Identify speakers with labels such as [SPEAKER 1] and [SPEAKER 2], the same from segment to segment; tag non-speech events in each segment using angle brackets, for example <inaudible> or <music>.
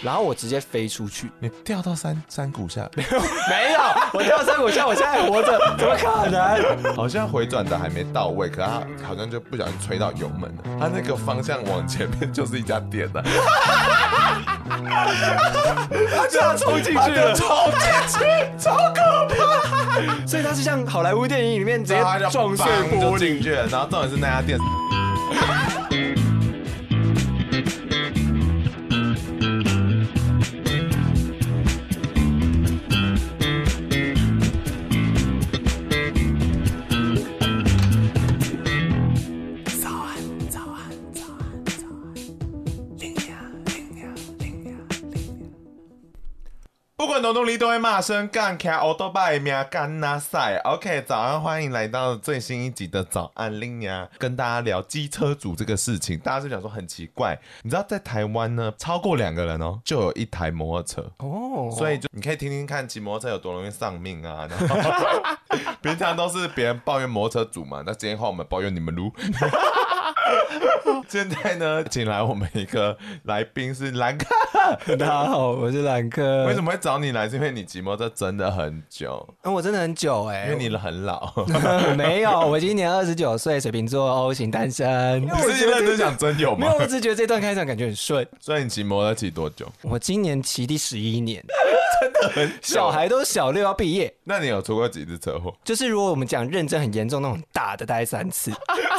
[SPEAKER 1] 然后我直接飞出去，
[SPEAKER 2] 你掉到山山谷下，
[SPEAKER 1] 没有，我掉山谷下，我现在还活着， <laughs> 怎么可能？
[SPEAKER 2] 好像回转的还没到位，可他好像就不小心吹到油门了。他那个方向往前面就是一家店的，
[SPEAKER 1] 他就要冲进去了，
[SPEAKER 2] 超进去，超可怕！
[SPEAKER 1] 所以他是像好莱坞电影里面直接
[SPEAKER 2] 然后他就
[SPEAKER 1] 撞碎
[SPEAKER 2] 砰
[SPEAKER 1] 玻
[SPEAKER 2] 就
[SPEAKER 1] 璃。
[SPEAKER 2] 进去了，然后重点是那家店。不管农农里都会骂声干卡奥多拜喵干那赛。OK，早安，欢迎来到最新一集的早安令呀，跟大家聊机车族这个事情。大家就想说很奇怪，你知道在台湾呢，超过两个人哦，就有一台摩托车。
[SPEAKER 1] 哦，
[SPEAKER 2] 所以就你可以听听看骑摩托车有多容易丧命啊！然后平常都是别人抱怨摩托车主嘛，那今天换我们抱怨你们撸。现在呢，请来我们一个来宾是兰克。
[SPEAKER 1] 大家好，我是兰克。
[SPEAKER 2] <laughs> 为什？么会找你来？是因为你骑摩托车真的很久，
[SPEAKER 1] 我真的很久哎、
[SPEAKER 2] 因为你很老。
[SPEAKER 1] <laughs>
[SPEAKER 2] <laughs>
[SPEAKER 1] 没有，我今年二十九岁，水瓶座，O 型单身。
[SPEAKER 2] <laughs> 你是认真想真有
[SPEAKER 1] 没
[SPEAKER 2] 吗
[SPEAKER 1] 有，？我只是觉得这段开场感觉很顺。
[SPEAKER 2] 所以你骑摩托车骑多久？
[SPEAKER 1] 我今年骑第十一
[SPEAKER 2] <laughs>
[SPEAKER 1] 年，真的很小孩都小六要毕业。
[SPEAKER 2] 那你有出过几次车祸？
[SPEAKER 1] 就是如果我们讲认真很严重那种大的，大概三
[SPEAKER 2] <laughs>
[SPEAKER 1] 次，超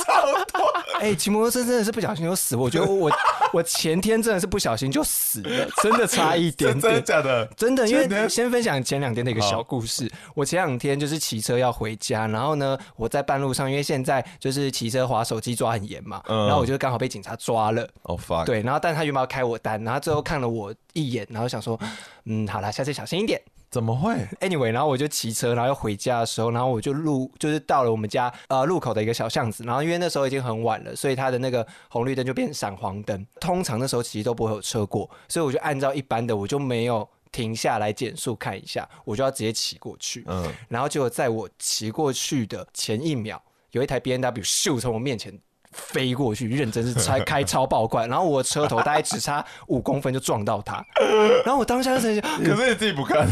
[SPEAKER 1] 多。哎、骑摩托车真的是不小心就死，我觉得我 <laughs> 我前天真的是不小心就死了，真的差一
[SPEAKER 2] 这
[SPEAKER 1] 点
[SPEAKER 2] <laughs> 真的
[SPEAKER 1] 点。
[SPEAKER 2] 假的？
[SPEAKER 1] 真的，因
[SPEAKER 2] 真
[SPEAKER 1] 为
[SPEAKER 2] 的
[SPEAKER 1] 先分享前两天的一个小故事。我前两天就是骑车要回家，然后呢，我在半路上，因为现在就是骑车划手机抓很严嘛，
[SPEAKER 2] 嗯
[SPEAKER 1] 然后我就刚好被警察抓了。
[SPEAKER 2] 哦、fuck！
[SPEAKER 1] 对，然后但他原本要开我单，然后最后看了我一眼，然后想说，嗯，好啦，下次小心一点。
[SPEAKER 2] 怎么会？
[SPEAKER 1] Anyway，然后我就骑车，然后要回家的时候，然后我就路就是到了我们家呃路口的一个小巷子，然后因为那时候已经很晚了，所以它的那个红绿灯就变闪黄灯。通常那时候其实都不会有车过，所以我就按照一般的，我就没有停下来减速看一下，我就要直接骑过去。
[SPEAKER 2] 嗯，
[SPEAKER 1] 然后结果在我骑过去的前一秒，有一台 B N W 咻从我面前飞过去，认真是开开超爆快，然后我的车头大概只差五公分就撞到它，然后我当下就在想。
[SPEAKER 2] 可是你自己不看，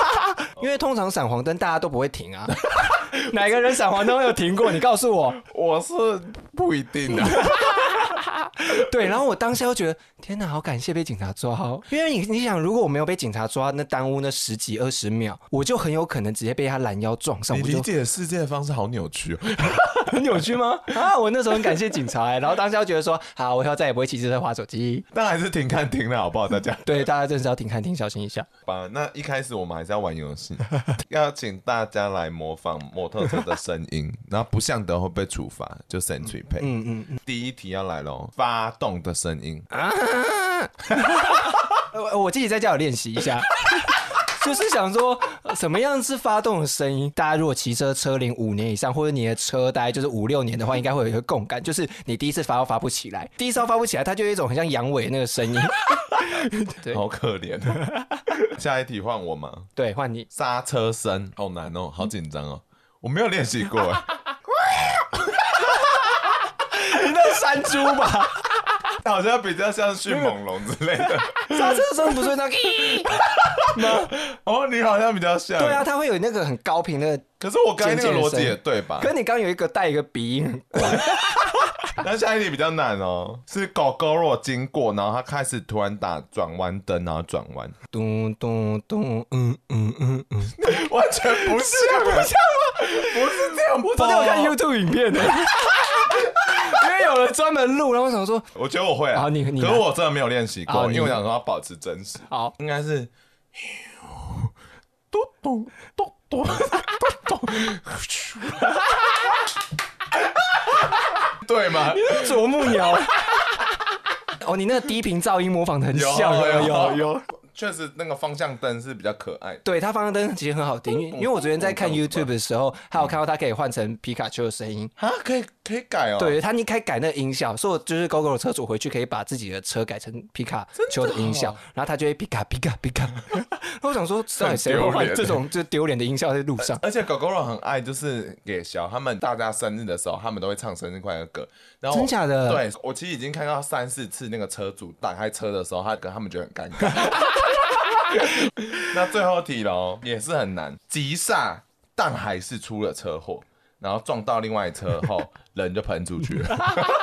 [SPEAKER 2] <laughs>
[SPEAKER 1] 因为通常闪黄灯大家都不会停啊， <laughs> 哪个人闪黄灯会有停过？你告诉我。
[SPEAKER 2] 我是不一定的。啊
[SPEAKER 1] 对，然后我当下就觉得，天哪，好感谢被警察抓哦！因为你你想，如果我没有被警察抓，那耽误那十几二十秒，我就很有可能直接被他拦腰撞上，
[SPEAKER 2] 你
[SPEAKER 1] 我
[SPEAKER 2] 理
[SPEAKER 1] 就
[SPEAKER 2] 解世界的方式好扭曲、哦。
[SPEAKER 1] 很扭曲吗？ <laughs> 啊，我那时候很感谢警察、欸，然后当下就觉得说，好，我以后再也不会骑车在滑手机。
[SPEAKER 2] 但还是停看停了，好不好？大家
[SPEAKER 1] 对，大家真的是要停看停，小心一下。
[SPEAKER 2] 吧。那一开始我们还是要玩游戏， <laughs> 要请大家来模仿摩托车的声
[SPEAKER 1] <laughs>
[SPEAKER 2] 音，然后不像的会被处罚，就 century pay。
[SPEAKER 1] 嗯嗯哎嗯。
[SPEAKER 2] 第一题要来喽，发动的声音，
[SPEAKER 1] 呃我我自己在家有练习一下， <laughs> 就是想说呃什么样是发动的声音。大家如果骑车车龄五年以上，或者你的车大概就是五六年的话，应该会有一个共感，就是你第一次发又发不起来，第一次发不起来，它就有一种很像阳痿那个声音。 <laughs> 对
[SPEAKER 2] 好可
[SPEAKER 1] <laughs>
[SPEAKER 2] 怜。下一题换我吗？
[SPEAKER 1] 对，换你。 <laughs>
[SPEAKER 2] 刹车声，好难
[SPEAKER 1] 嗯
[SPEAKER 2] 哦，好紧张哦，我没有练习过 <laughs> 哎。
[SPEAKER 1] 你那山猪吧，
[SPEAKER 2] 好像比较像迅猛龙之
[SPEAKER 1] <laughs>
[SPEAKER 2] 类的。
[SPEAKER 1] 刹车声不是那个？
[SPEAKER 2] 哦，你好像比较像。
[SPEAKER 1] 对啊，，它会有那个很高频的，
[SPEAKER 2] 可是我刚才那个逻辑也对吧？
[SPEAKER 1] 可是你刚有一个带一个鼻音，
[SPEAKER 2] <laughs> 那下一题比较难哦，是狗狗如果经过，然后它开始突然打转弯灯，然后转弯，
[SPEAKER 1] <laughs> 咚咚咚，嗯嗯嗯嗯。
[SPEAKER 2] <laughs> 完全
[SPEAKER 1] 啊
[SPEAKER 2] 不像，不像吗？不是这样吧，
[SPEAKER 1] 昨天我看 YouTube 影片的，因为边有人专门录，然后我想说，
[SPEAKER 2] 我觉得我会
[SPEAKER 1] 好
[SPEAKER 2] 啊，
[SPEAKER 1] 你你
[SPEAKER 2] 可
[SPEAKER 1] 来
[SPEAKER 2] 是我真的没有练习过
[SPEAKER 1] 好，
[SPEAKER 2] 因
[SPEAKER 1] 你
[SPEAKER 2] 为我想说要保持真实，
[SPEAKER 1] 好，
[SPEAKER 2] 应该是，
[SPEAKER 1] 咚咚咚咚，
[SPEAKER 2] 对吗？
[SPEAKER 1] 啄木鸟。哦，你那个低频噪音模仿的很
[SPEAKER 2] 有啊
[SPEAKER 1] 像，
[SPEAKER 2] 有
[SPEAKER 1] 有有。
[SPEAKER 2] 有，确实那个方向灯是比较可爱的。
[SPEAKER 1] 对，它方向灯其实很好听，因为因为我昨天在看
[SPEAKER 2] 我看过
[SPEAKER 1] YouTube 的时候，还有看到它可以换成皮卡丘的声音。
[SPEAKER 2] 啊，可以可以改哦。，
[SPEAKER 1] 对，它你可以改那个音效，所以我就是 GoGo 的车主回去可以把自己的车改成皮卡丘的哦音效，然后它就会皮卡皮卡皮卡。 <laughs> 然后我想说，到底谁会换这种就丢脸的音效在路上？
[SPEAKER 2] 而且狗狗肉很爱，就是给小他们大家生日的时候，他们都会唱生日快乐歌。然后
[SPEAKER 1] 真假的
[SPEAKER 2] 对我其实已经看到三四次那个车主打开车的时候，他跟他们觉得很尴尬。 <laughs> 那最后题喽，也是很难。急刹，但还是出了车祸，然后撞到另外车后，人就喷出去
[SPEAKER 1] <laughs>
[SPEAKER 2] 了。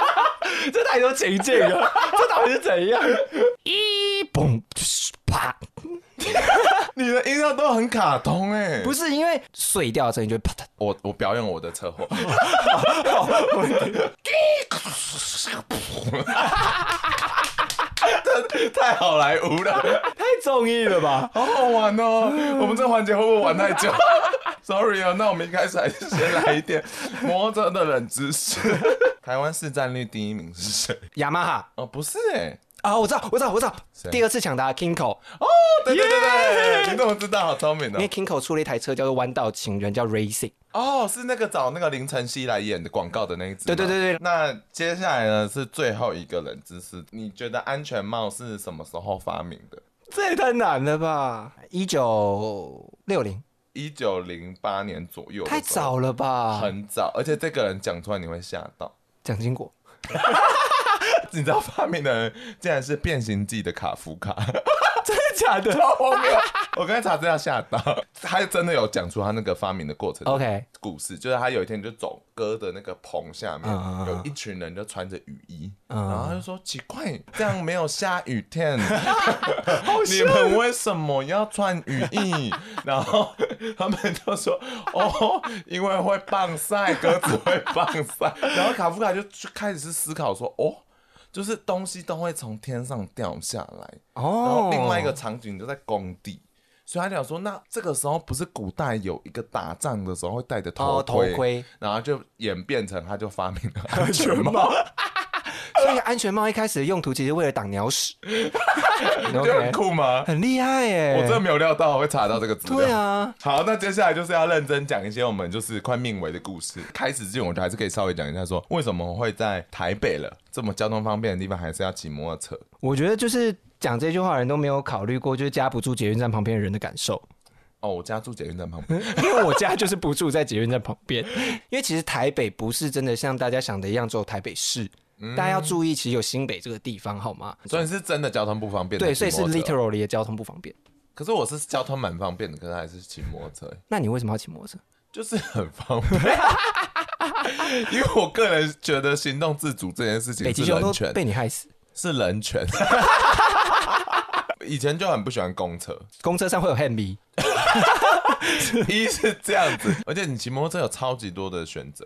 [SPEAKER 1] <laughs> 这太多情境了， <laughs> 这到底是怎样？ <laughs> 一嘣就是啪，
[SPEAKER 2] 你的音效都很卡通哎、
[SPEAKER 1] 不是因为碎掉的声音就会啪嗒。
[SPEAKER 2] 我我表演我的车 <laughs> 祸，这太好莱坞了，
[SPEAKER 1] 太综艺了吧？
[SPEAKER 2] 好好玩哦！我们这环节会不会玩太久？Sorry 哦，那我们一开始还是先来一点摩托车的冷知识。台湾市占率第一名是谁？
[SPEAKER 1] 雅马哈
[SPEAKER 2] 哦，不是哎，
[SPEAKER 1] 啊，我知道，我知道，我知道
[SPEAKER 2] 谁，
[SPEAKER 1] 第二次抢答 Kingo，
[SPEAKER 2] 哦对对对对，你怎么知道？好聪明
[SPEAKER 1] 因为
[SPEAKER 2] 哦！
[SPEAKER 1] Kingo 出了一台车叫做弯道情人，叫 Racing。
[SPEAKER 2] 哦，是那个找那个林晨曦来演的广告的那一只吗。
[SPEAKER 1] 对对对对
[SPEAKER 2] 那接下来呢是最后一个冷知识，你觉得安全帽是什么时候发明的？
[SPEAKER 1] 这也太难了吧！一九六零，
[SPEAKER 2] 一九零八年左右，
[SPEAKER 1] 太早，了吧？
[SPEAKER 2] 很早，而且这个人讲出来你会吓到。 <laughs>
[SPEAKER 1] 蒋经国，
[SPEAKER 2] 你知道发明的人竟然是《变形记》的卡夫
[SPEAKER 1] <laughs>
[SPEAKER 2] 卡，哦
[SPEAKER 1] 真的假的
[SPEAKER 2] 我刚才查资料吓到，他真的有讲出他那个发明的过程。
[SPEAKER 1] ？OK，
[SPEAKER 2] 故事，就是他有一天就走哥的那个棚下面，
[SPEAKER 1] 嗯嗯嗯
[SPEAKER 2] 有一群人就穿着雨衣，
[SPEAKER 1] 嗯
[SPEAKER 2] 然后他就说奇怪，这样没有下雨
[SPEAKER 1] <laughs>
[SPEAKER 2] 天，你们为什么要穿雨衣？ <laughs> 然后他们就说哦，因为会棒晒，鸽子会棒晒。 <laughs> 然后卡夫卡就就开始是思考说哦。就是东西都会从天上掉下来，然
[SPEAKER 1] 哦
[SPEAKER 2] 后，另外一个场景就在工地，所以他讲说，那这个时候不是古代有一个打仗的时候会戴着头
[SPEAKER 1] 哦
[SPEAKER 2] 盔，
[SPEAKER 1] 头盔
[SPEAKER 2] 然后就演变成他就发明了安全
[SPEAKER 1] <laughs>
[SPEAKER 2] <laughs> 帽，
[SPEAKER 1] 所以安全帽一开始的用途其实为了挡鸟
[SPEAKER 2] <laughs>
[SPEAKER 1] 屎
[SPEAKER 2] 就很
[SPEAKER 1] ，OK，
[SPEAKER 2] 酷
[SPEAKER 1] <laughs>
[SPEAKER 2] 吗？
[SPEAKER 1] 很厉害耶！
[SPEAKER 2] 我真的没有料到我会查到这个资料。
[SPEAKER 1] 对啊，
[SPEAKER 2] 好，那接下来就是要认真讲一些我们就是快命为的故事。开始之前，我觉得还是可以稍微讲一下说为什么会在台北了这么交通方便的地方还是要骑摩
[SPEAKER 1] <laughs>
[SPEAKER 2] 托车。
[SPEAKER 1] 我觉得就是讲这句话的人都没有考虑过，就是家不住捷运站旁边的人的感受。 <laughs>
[SPEAKER 2] 哦，我家住捷运站旁边，
[SPEAKER 1] 因为我家就是不住在捷运站旁
[SPEAKER 2] <laughs>
[SPEAKER 1] 边，因为其实台北不是真的像大家想的一样只有台北市，
[SPEAKER 2] 嗯
[SPEAKER 1] 大家要注意，其实有新北这个地方，好吗？
[SPEAKER 2] 所以是真的交通不方便的
[SPEAKER 1] 对，
[SPEAKER 2] 骑
[SPEAKER 1] 所以
[SPEAKER 2] 摩
[SPEAKER 1] 是
[SPEAKER 2] 托车。
[SPEAKER 1] literally 的交通不方便。
[SPEAKER 2] 可是我是交通蛮方便的，可是还是骑摩托车、欸。
[SPEAKER 1] 那你为什么要骑摩托车？
[SPEAKER 2] 就是很方便。 <laughs> 因为我个人觉得行动自主这件事
[SPEAKER 1] 北极
[SPEAKER 2] 情是
[SPEAKER 1] 熊都
[SPEAKER 2] 人权，
[SPEAKER 1] 被你害死，
[SPEAKER 2] 是人权。 <laughs> 以前就很不喜欢公车， <laughs>
[SPEAKER 1] 公车上会有 hand me。
[SPEAKER 2] 一是这样子，而且你骑摩托车有超级多的选择。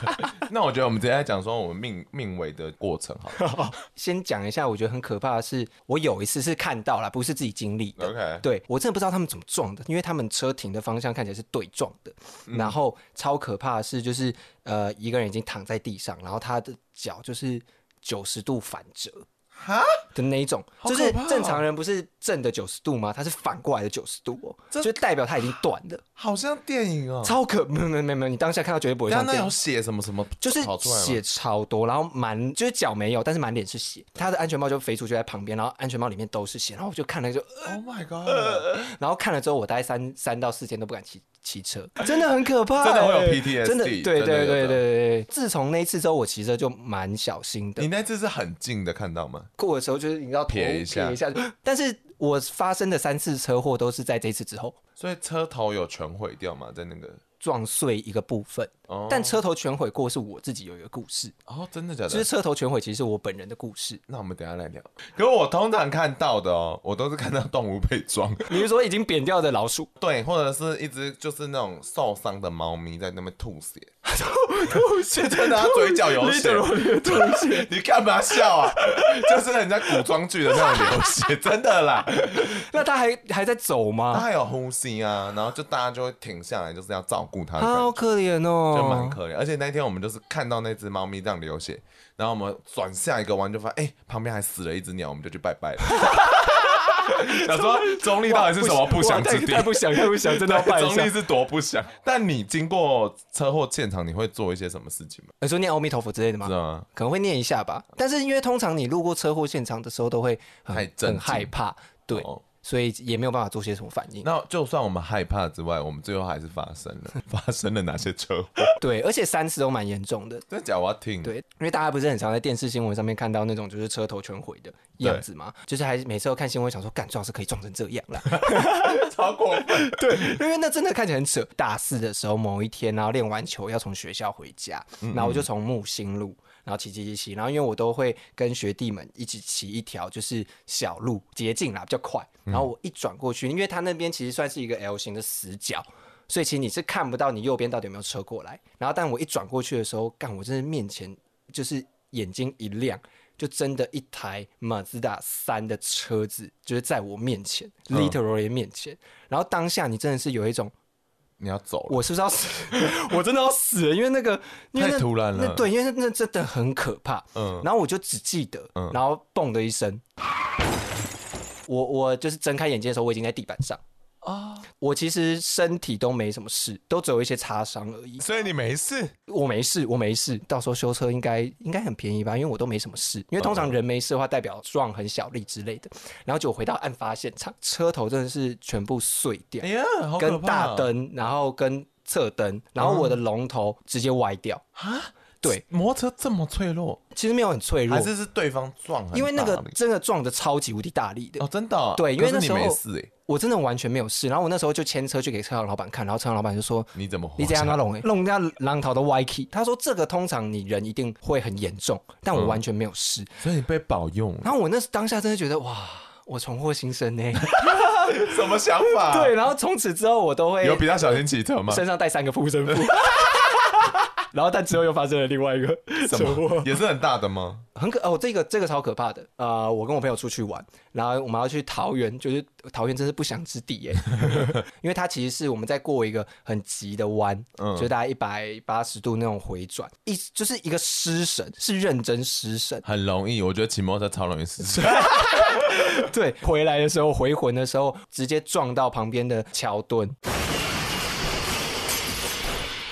[SPEAKER 2] <laughs> 那我觉得我们直接来讲说我们命命为的过程好了。
[SPEAKER 1] 先讲一下，我觉得很可怕的是，我有一次是看到了，不是自己经历的。
[SPEAKER 2] OK，
[SPEAKER 1] <laughs> 对我真的不知道他们怎么撞的，因为他们车停的方向看起来是对撞的，
[SPEAKER 2] 嗯
[SPEAKER 1] 然后超可怕的是，就是呃一个人已经躺在地上，然后他的脚就是九十度反折
[SPEAKER 2] 哈，
[SPEAKER 1] 的那一种，
[SPEAKER 2] 好
[SPEAKER 1] 就
[SPEAKER 2] 可
[SPEAKER 1] 是
[SPEAKER 2] 怕哦
[SPEAKER 1] 正常人不是正的九十度吗？他是反过来的九十度哦，
[SPEAKER 2] 这
[SPEAKER 1] 就代表他已经断了，
[SPEAKER 2] 好像电影哦。
[SPEAKER 1] 超可没有没有没有没有，你当下看到绝对不会
[SPEAKER 2] 然
[SPEAKER 1] 像
[SPEAKER 2] 后
[SPEAKER 1] 电
[SPEAKER 2] 那
[SPEAKER 1] 影
[SPEAKER 2] 有写什么什么
[SPEAKER 1] 就是
[SPEAKER 2] 跑出来吗
[SPEAKER 1] 血超多，然后满就是脚没有，但是满脸是血。他的安全帽就飞出去在旁边，然后安全帽里面都是血，然后我就看了就，呃
[SPEAKER 2] ？Oh
[SPEAKER 1] <laughs>
[SPEAKER 2] my god！
[SPEAKER 1] 然后看了之后，我大概三三到四天都不敢骑骑车，真的很可怕、
[SPEAKER 2] 真的会有
[SPEAKER 1] 欸
[SPEAKER 2] PTSD
[SPEAKER 1] 真的对对
[SPEAKER 2] 真的
[SPEAKER 1] 对对
[SPEAKER 2] 有
[SPEAKER 1] 对
[SPEAKER 2] 的
[SPEAKER 1] 对。自从那一次之后，我骑车就蛮小心的
[SPEAKER 2] 你，那次是很近的看到吗？
[SPEAKER 1] 过的时候就是你知道头
[SPEAKER 2] 撇一下
[SPEAKER 1] 撇一下，但是我发生的三次车祸都是在这次之后。
[SPEAKER 2] 所以车头有全毁掉吗？在那个
[SPEAKER 1] 撞碎一个部分，
[SPEAKER 2] 哦
[SPEAKER 1] 但车头全毁过是我自己有一个故事，
[SPEAKER 2] 哦，真的假
[SPEAKER 1] 就是
[SPEAKER 2] 的？
[SPEAKER 1] 车头全毁其实是我本人的故事。
[SPEAKER 2] 那我们等一下来聊。可是我通常看到的哦，我都是看到动物被撞，
[SPEAKER 1] 你是说已经扁掉的老鼠？
[SPEAKER 2] 对，或者是一只就是那种受伤的猫咪在那边吐血，
[SPEAKER 1] <laughs> 吐血，
[SPEAKER 2] 真的，它嘴角有血。
[SPEAKER 1] 吐血。
[SPEAKER 2] <laughs> 你干嘛笑啊？ <laughs> 就是人家古装剧的那种流血， <laughs> 真的啦。
[SPEAKER 1] 那他还还在走
[SPEAKER 2] 它
[SPEAKER 1] 吗？
[SPEAKER 2] 还有呼吸啊，然后就大家就会停下来，就是要照顾它的感觉。
[SPEAKER 1] 好可怜哦，
[SPEAKER 2] 就蛮可怜。而且那天我们就是看到那只猫咪这样流血，然后我们转下一个弯就发现，哎、旁边还死了一只鸟，我们就去拜拜了。 <laughs> 想说中立到底是什么不祥之地
[SPEAKER 1] 哇太？不祥，太不祥，
[SPEAKER 2] <laughs>
[SPEAKER 1] 真的要拜一
[SPEAKER 2] 中
[SPEAKER 1] 下
[SPEAKER 2] 立。是多不祥。但你经过车祸现场，你会做一些什么事情吗？
[SPEAKER 1] 你说念阿弥陀佛之类的吗
[SPEAKER 2] 知？道吗？
[SPEAKER 1] 可能会念一下吧，但是因为通常你路过车祸现场的时候，都会很
[SPEAKER 2] 太震
[SPEAKER 1] 很
[SPEAKER 2] 惊
[SPEAKER 1] 害怕，对，
[SPEAKER 2] 哦
[SPEAKER 1] 所以也没有办法做些什么反应。
[SPEAKER 2] 那就算我们害怕之外，我们最后还是发生了。 <laughs> 发生了哪些车祸？ <laughs>
[SPEAKER 1] 对，而且三次都蛮严重的。
[SPEAKER 2] 真的假的？我要听。
[SPEAKER 1] 对，因为大家不是很常在电视新闻上面看到那种就是车头全毁的样子嘛，就是还每次都看新闻想说，干撞是可以撞成这样啦，
[SPEAKER 2] 超过分。对，
[SPEAKER 1] 因为那真的看起来很扯。大四的时候某一天，然后练完球要从学校回家，然后我就从木星路，然后骑骑骑骑，然后因为我都会跟学弟们一起骑一条就是小路捷径啦，比较快。然后我一转过去，因为它那边其实算是一个 L 型的死角。所以其实你是看不到你右边到底有没有车过来，然后但我一转过去的时候，干我真的面前就是眼睛一亮，就真的一台马自达三的车子，就是在我面前、
[SPEAKER 2] 嗯
[SPEAKER 1] l i t e r a l l y 面前。然后当下你真的是有一种，
[SPEAKER 2] 你要走了。
[SPEAKER 1] 我是不是要死？ <laughs> 我真的要死了，欸因为那个因为那
[SPEAKER 2] 太突然了
[SPEAKER 1] 那对，因为那那真的很可怕。
[SPEAKER 2] 嗯
[SPEAKER 1] 然后我就只记得，
[SPEAKER 2] 嗯
[SPEAKER 1] 然后嘣的一声，我我就是睁开眼睛的时候，我已经在地板上。
[SPEAKER 2] 啊，
[SPEAKER 1] 我其实身体都没什么事，都只有一些擦伤而已。
[SPEAKER 2] 所以你没事。
[SPEAKER 1] 我没事，我没事。到时候修车应该应该很便宜吧？因为我都没什么事。因为通常人没事的话，代表撞很小力之类的。然后就回到案发现场，车头真的是全部碎掉
[SPEAKER 2] 哎，呀，好可
[SPEAKER 1] 跟
[SPEAKER 2] 怕
[SPEAKER 1] 大
[SPEAKER 2] 啊
[SPEAKER 1] 灯，然后跟侧灯，然后我的龙头直接歪掉。
[SPEAKER 2] 啊！
[SPEAKER 1] 对，
[SPEAKER 2] 摩托车这么脆弱，
[SPEAKER 1] 其实没有很脆弱
[SPEAKER 2] 还，是是对方撞很大力？
[SPEAKER 1] 因为那个真的撞的超级无敌大力的。
[SPEAKER 2] 哦，真的哦、
[SPEAKER 1] 对因为
[SPEAKER 2] 可是
[SPEAKER 1] 那时候
[SPEAKER 2] 你没事哎、
[SPEAKER 1] 我真的完全没有事。然后我那时候就牵车去给车行老板看，然后车行老板就说。
[SPEAKER 2] 你怎么活
[SPEAKER 1] 你怎样啊
[SPEAKER 2] 下来
[SPEAKER 1] 那弄诶，弄人家狼头都歪起。他说这个通常你人一定会很严重，但
[SPEAKER 2] 嗯
[SPEAKER 1] 我完全没有事。
[SPEAKER 2] 所以你被保用了，
[SPEAKER 1] 然后我那时当下真的觉得哇，我重获新
[SPEAKER 2] <laughs>
[SPEAKER 1] 生呢。
[SPEAKER 2] 什么想
[SPEAKER 1] <laughs>
[SPEAKER 2] 法？
[SPEAKER 1] 对，，然后从此之后我都会
[SPEAKER 2] 有比较小心骑车吗？
[SPEAKER 1] 身上带三个护身符。 <laughs> 然后但之后又发生了另外一个
[SPEAKER 2] <laughs> 什
[SPEAKER 1] <laughs> 车祸
[SPEAKER 2] 么，也是很大的吗？
[SPEAKER 1] 很可哦，这个这个超可怕的。呃，我跟我朋友出去玩，然后我们要去桃园，就是桃园真是不祥之地耶， <laughs> 因为它其实是我们在过一个很急的弯，
[SPEAKER 2] 嗯
[SPEAKER 1] 就是大概一百八十度那种回转，一就是一个失神，是认真失神。 <laughs>
[SPEAKER 2] 很容易，我觉得骑摩托车超容易死。
[SPEAKER 1] 对，回来的时候回魂的时候，直接撞到旁边的桥墩，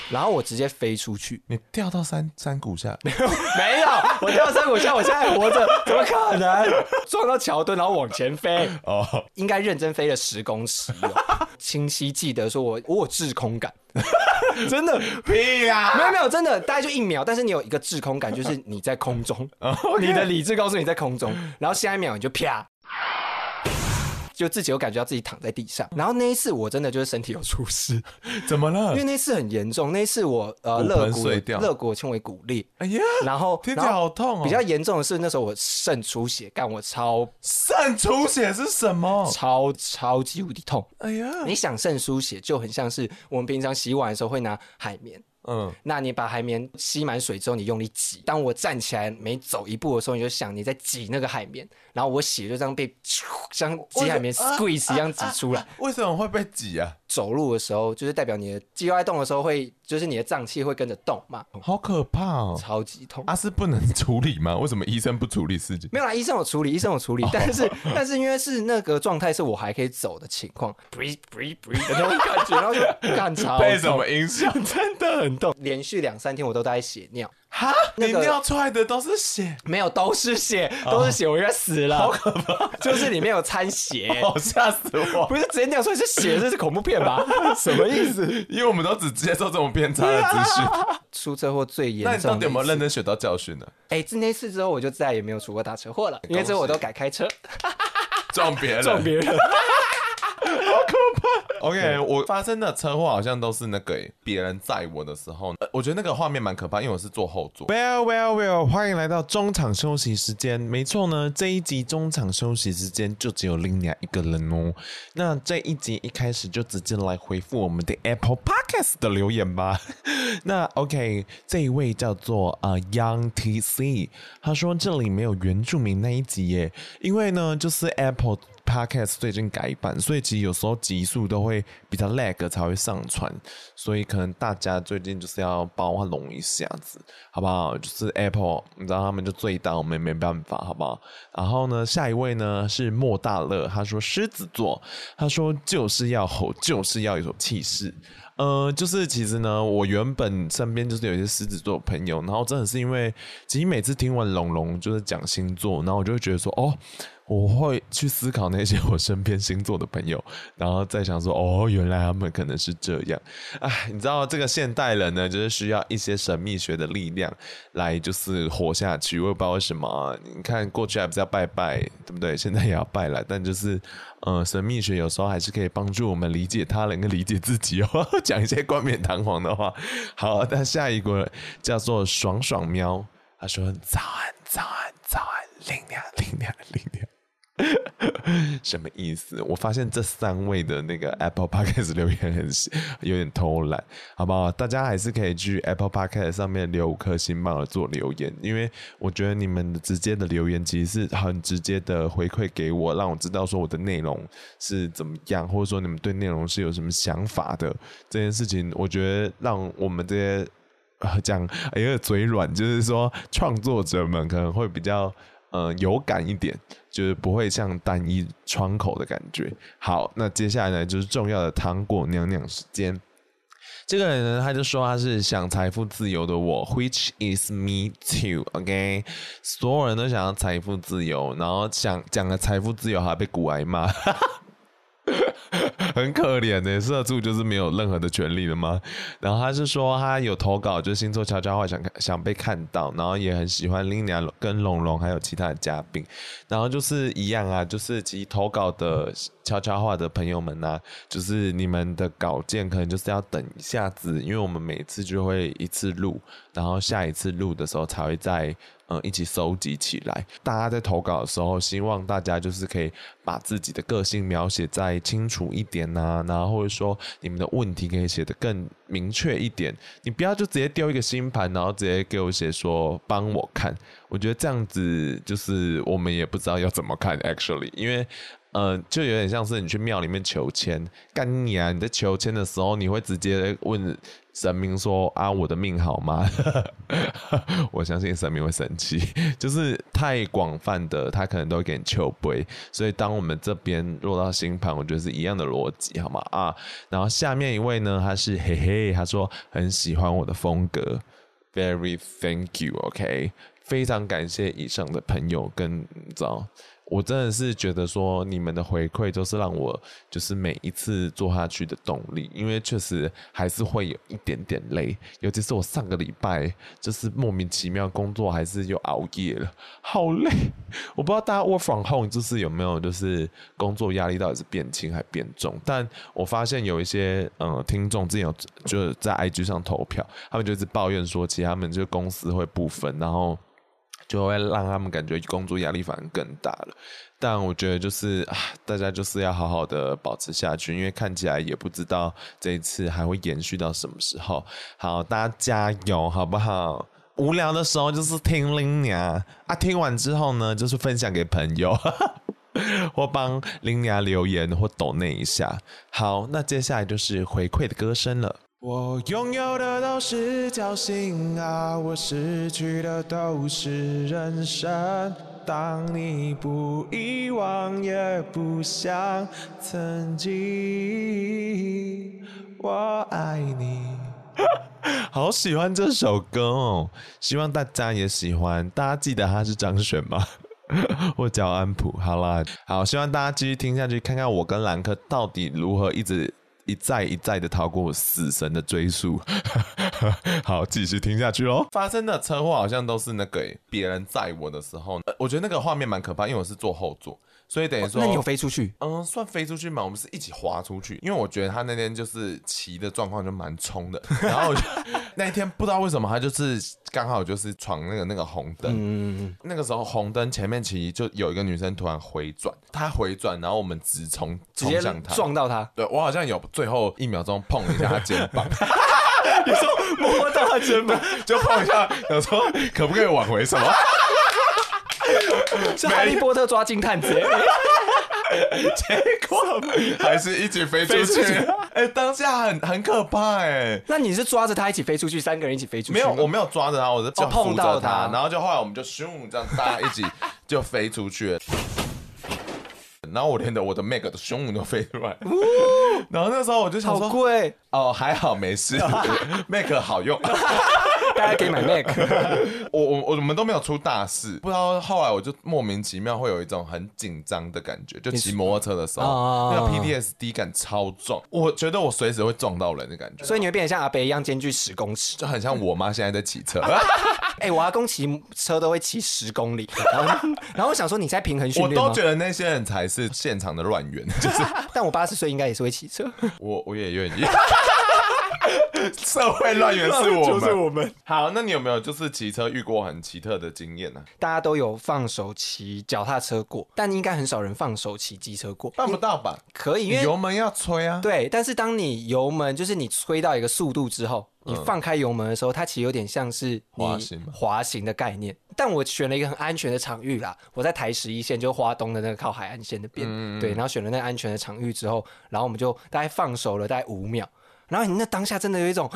[SPEAKER 1] 然后我直接飞出去。 <laughs>
[SPEAKER 2] 你掉到山山谷下，
[SPEAKER 1] 没有，我掉山谷下，我现在还活着，怎么可能？ <laughs> 撞到桥墩，然后往前飞，
[SPEAKER 2] 哦，
[SPEAKER 1] 应该认真飞了十公尺
[SPEAKER 2] <laughs>
[SPEAKER 1] 哦，清晰记得说我我有滞空感，真的。
[SPEAKER 2] 屁呀、
[SPEAKER 1] 没有没有，真的大概就一秒，但是你有一个滞空感，就是你在空
[SPEAKER 2] <laughs>
[SPEAKER 1] 中，
[SPEAKER 2] 哦
[SPEAKER 1] 你的理智告诉你在空中，然后下一秒你就啪，就自己有感觉到自己躺在地上。然后那一次我真的就是身体有出
[SPEAKER 2] <laughs>
[SPEAKER 1] 事，
[SPEAKER 2] 怎么
[SPEAKER 1] 因
[SPEAKER 2] 了
[SPEAKER 1] 为？那次很严重，那次我呃
[SPEAKER 2] 骨盆
[SPEAKER 1] 肋骨
[SPEAKER 2] 碎掉
[SPEAKER 1] 肋骨轻微骨裂，
[SPEAKER 2] 哎呀，
[SPEAKER 1] 然后
[SPEAKER 2] <laughs> 听起来
[SPEAKER 1] 然后
[SPEAKER 2] 好痛哦。
[SPEAKER 1] 比较严重的是那时候我肾出血，干我超
[SPEAKER 2] 哦肾出血是什么？
[SPEAKER 1] 超超级无敌痛。
[SPEAKER 2] 哎呀， <laughs>
[SPEAKER 1] 你想肾输血就很像是我们平常洗碗的时候会拿海绵，
[SPEAKER 2] 嗯，
[SPEAKER 1] 那你把海绵吸满水之后，你用力挤。当我站起来每走一步的时候，你就想你在挤那个海绵，然后我血就这样被像挤海绵 squeeze 一样挤出来。
[SPEAKER 2] 为什么会被挤啊？
[SPEAKER 1] 走路的时候，就是代表你的肌肉在动的时候会，就是你的脏器会跟着动嘛，
[SPEAKER 2] 好可怕哦！
[SPEAKER 1] 超级痛。
[SPEAKER 2] 啊，是不能处理吗？为什么医生不处理事情？
[SPEAKER 1] 没有啦，医生有处理，医生有处理，但是但是因为是那个状态是我还可以走的情况，breathe breathe breathe 的那种感觉，然后就干超
[SPEAKER 2] 配什
[SPEAKER 1] 痛
[SPEAKER 2] 么
[SPEAKER 1] <laughs>
[SPEAKER 2] 音效？真的很痛。
[SPEAKER 1] 连续两三天我都在血尿，
[SPEAKER 2] 哈，
[SPEAKER 1] 那
[SPEAKER 2] 你哦
[SPEAKER 1] 个
[SPEAKER 2] 尿出来的都是 <laughs> 血，
[SPEAKER 1] 没有都是血，都是血，我应该死了，好可怕！ <laughs> 就是里面有掺血，
[SPEAKER 2] 好哦吓死我！
[SPEAKER 1] 不是直接尿出来是血，这是恐怖片吧？
[SPEAKER 2] <laughs>
[SPEAKER 1] 什么意思？
[SPEAKER 2] 因为我们都只接受这种偏差的资讯。
[SPEAKER 1] 出车祸最严重
[SPEAKER 2] 那
[SPEAKER 1] 的一
[SPEAKER 2] 你
[SPEAKER 1] 次，
[SPEAKER 2] 到底有没有认真学到教训呢？
[SPEAKER 1] 哎，自那次之后我就再也没有出过大车祸了，因为之后我都改开车
[SPEAKER 2] 撞别人，
[SPEAKER 1] 撞别人。
[SPEAKER 2] OK，我发生的车祸好像都是那个欸别人载我的时候，呃我觉得那个画面蛮可怕，因为我是坐后座。Well, well, well，欢迎来到中场休息时间。没错呢，这一集中场休息时间就只有 l i n a 一个人哦。那这一集一开始就直接来回复我们的 Apple Podcast 的留言吧。 <laughs> 那 OK，这一位叫做呃 Young TC，他说这里没有原住民那一集耶，因为呢就是 Apple。Podcast 最近改版，所以其实有时候集数都会比较 lag 才会上传，所以可能大家最近就是要包容一下子，好不好？就是 Apple，你知道他们就最大，我们也没办法，好不好？然后呢，下一位呢是莫大乐，他说狮子座，他说就是要吼，就是要有种气势。呃，就是其实呢，我原本身边就是有一些狮子座的朋友，然后真的是因为，其实每次听完龙龙就是讲星座，然后我就会觉得说，哦，我会去思考那些 <laughs> 我身边星座的朋友，然后再想说，哦，原来他们可能是这样。哎，你知道这个现代人呢，就是需要一些神秘学的力量来就是活下去。我也不知道为什么啊、你看过去还不是要拜拜，对不对？现在也要拜了，但就是呃，神秘学有时候还是可以帮助我们理解他人跟理解自己哦。 <laughs> 讲一些冠冕堂皇的话。好，那下一个叫做爽爽喵，他说早安，早安，早安，零两，零两，零两。什么意思？我发现这三位的那个 Apple Podcast 留言很有点偷懒，好不好？大家还是可以去 Apple Podcast 上面留五颗星帮我做留言，因为我觉得你们直接的留言其实是很直接的回馈给我，让我知道说我的内容是怎么样，或者说你们对内容是有什么想法的。这件事情，我觉得让我们这些呃讲有点嘴软，就是说创作者们可能会比较呃有感一点，就是不会像单一窗口的感觉。好，那接下来呢就是重要的糖果娘娘时间。这个人呢，他就说他是想财富自由的我，which is me too。OK，所有人都想要财富自由，然后想讲了财富自由还被古癌骂，很可怜呢、社畜就是没有任何的权利了吗？然后他是说他有投稿，就是星座悄悄话想看想被看到，然后也很喜欢 Lina 跟龙龙还有其他的嘉宾，然后就是一样啊，就是其实投稿的悄悄话的朋友们呐、就是你们的稿件可能就是要等一下子，因为我们每次就会一次录，然后下一次录的时候才会再嗯一起收集起来。大家在投稿的时候，希望大家就是可以把自己的个性描写再清楚一点呐、然后或者说你们的问题可以写得更明确一点，你不要就直接丢一个星盘，然后直接给我写说帮我看。我觉得这样子就是我们也不知道要怎么看，actually，因为呃，就有点像是你去庙里面求签，干你啊！你在求签的时候，你会直接问神明说啊，我的命好吗？ <laughs> 我相信神明会生气，就是太广泛的，他可能都会给你求杯。所以当我们这边落到星盘，我觉得是一样的逻辑，好吗？啊，然后下面一位呢，他是嘿嘿，他说很喜欢我的风格。Very thank you，OK，、非常感谢以上的朋友跟你知道，我真的是觉得说你们的回馈都是让我就是每一次做下去的动力，因为确实还是会有一点点累，尤其是我上个礼拜就是莫名其妙工作还是又熬夜了，好累。我不知道大家 work from home 就是有没有就是工作压力到底是变轻还变重，但我发现有一些呃听众之前有就是在 IG 上投票，他们就是抱怨说，其实他们就是公司会不分，然后。就会让他们感觉工作压力反而更大了。但我觉得就是啊，大家就是要好好的保持下去，因为看起来也不知道这一次还会延续到什么时候。好，大家加油，好不好？无聊的时候就是听林娘啊，听完之后呢，就是分享给朋友。 <laughs> 或帮林娘留言或抖那一下。好，那接下来就是回馈的歌声了。我拥有的都是侥幸啊，我失去的都是人生。当你不遗忘，也不想曾经，我爱你。 <laughs> 好喜欢这首歌哦，希望大家也喜欢。大家记得他是张悬吗？ <laughs> 或叫安普？好啦，好，希望大家继续听下去，看看我跟兰克到底如何一直。一再一再的逃过死神的追溯， <laughs> 好，继续听下去喽。发生的车祸好像都是那个欸别、人载我的时候，呃我觉得那个画面蛮可怕，因为我是坐后座，所以等于说，
[SPEAKER 1] 那你有飞出去？
[SPEAKER 2] 嗯，算飞出去嘛，我们是一起滑出去，因为我觉得他那天就是骑的状况就蛮冲的， <laughs> 然后我就那一天不知道为什么他就是刚好就是闯那个那个红灯，
[SPEAKER 1] 嗯，
[SPEAKER 2] 那个时候红灯前面骑就有一个女生突然回转，她回转，然后我们直冲
[SPEAKER 1] 直
[SPEAKER 2] 冲
[SPEAKER 1] 接
[SPEAKER 2] 向她，
[SPEAKER 1] 撞到
[SPEAKER 2] <laughs>
[SPEAKER 1] 他，
[SPEAKER 2] 对我好像有最后一秒钟碰了一下她肩膀， <laughs>
[SPEAKER 1] 摸到他肩 <laughs> 膀，
[SPEAKER 2] 就碰一下，想说可不可以挽回什么？ <laughs>
[SPEAKER 1] 是哈利波特抓金探子， <laughs>
[SPEAKER 2] 结果还是一起飞出
[SPEAKER 1] 飞出
[SPEAKER 2] 去
[SPEAKER 1] 去。
[SPEAKER 2] 哎、当下很很可怕哎、
[SPEAKER 1] 那你是抓着他一起飞出去，三个人一起飞出去？
[SPEAKER 2] 没有，我，没有抓着他，我是就
[SPEAKER 1] 哦碰
[SPEAKER 2] 扶
[SPEAKER 1] 到
[SPEAKER 2] 着他
[SPEAKER 1] 他，
[SPEAKER 2] 然后就后来我们就咻这样大家一起就飞出去 <laughs> 了。然后我连的我的 Mac 的胸都飞出来，然后那时候我就想
[SPEAKER 1] 好
[SPEAKER 2] 说，
[SPEAKER 1] 贵，
[SPEAKER 2] 哦，还好没
[SPEAKER 1] <laughs>
[SPEAKER 2] 事，Mac 好用。
[SPEAKER 1] 大家可以买 Mac，
[SPEAKER 2] 我我我们都没有出大事，不知道后来我就莫名其妙会有一种很紧张的感觉，就骑摩托车的时
[SPEAKER 1] 你是
[SPEAKER 2] 候
[SPEAKER 1] 哦，
[SPEAKER 2] 那个 PTSD 感超重，我觉得我随时会撞到人的感觉，
[SPEAKER 1] 所以你会变得像阿北一样间距十公尺。
[SPEAKER 2] 就很像我妈现在在骑车。
[SPEAKER 1] 哎、我阿公骑车都会骑十公里，然后然后我想说你在平 <laughs> 衡训
[SPEAKER 2] 我
[SPEAKER 1] 练吗？
[SPEAKER 2] 都觉得那些人才是现场的乱源，就是
[SPEAKER 1] 但我八十岁应该也是会骑车，
[SPEAKER 2] 我我也愿意。社会哎乱源是我
[SPEAKER 1] 就
[SPEAKER 2] 们，
[SPEAKER 1] 是我们。
[SPEAKER 2] 好，那你有没有就是骑车遇过很奇特的经验呢、
[SPEAKER 1] 大家都有放手骑脚踏车过，但应该很少人放手骑机车过。
[SPEAKER 2] 办不到吧？
[SPEAKER 1] 可以，
[SPEAKER 2] 你
[SPEAKER 1] 因为
[SPEAKER 2] 油门要吹啊！
[SPEAKER 1] 对，但是当你油门就是你吹到一个速度之后，你放开油门的时候，它其实有点像是你
[SPEAKER 2] 嗯滑行吗
[SPEAKER 1] 滑行的概念。但我选了一个很安全的场域啦，我在台十一线，就花东的那个靠海岸线那边，
[SPEAKER 2] 嗯
[SPEAKER 1] 对，然后选了那个安全的场域之后，然后我们就大概放手了大概五秒，然后你那当下真的有一种，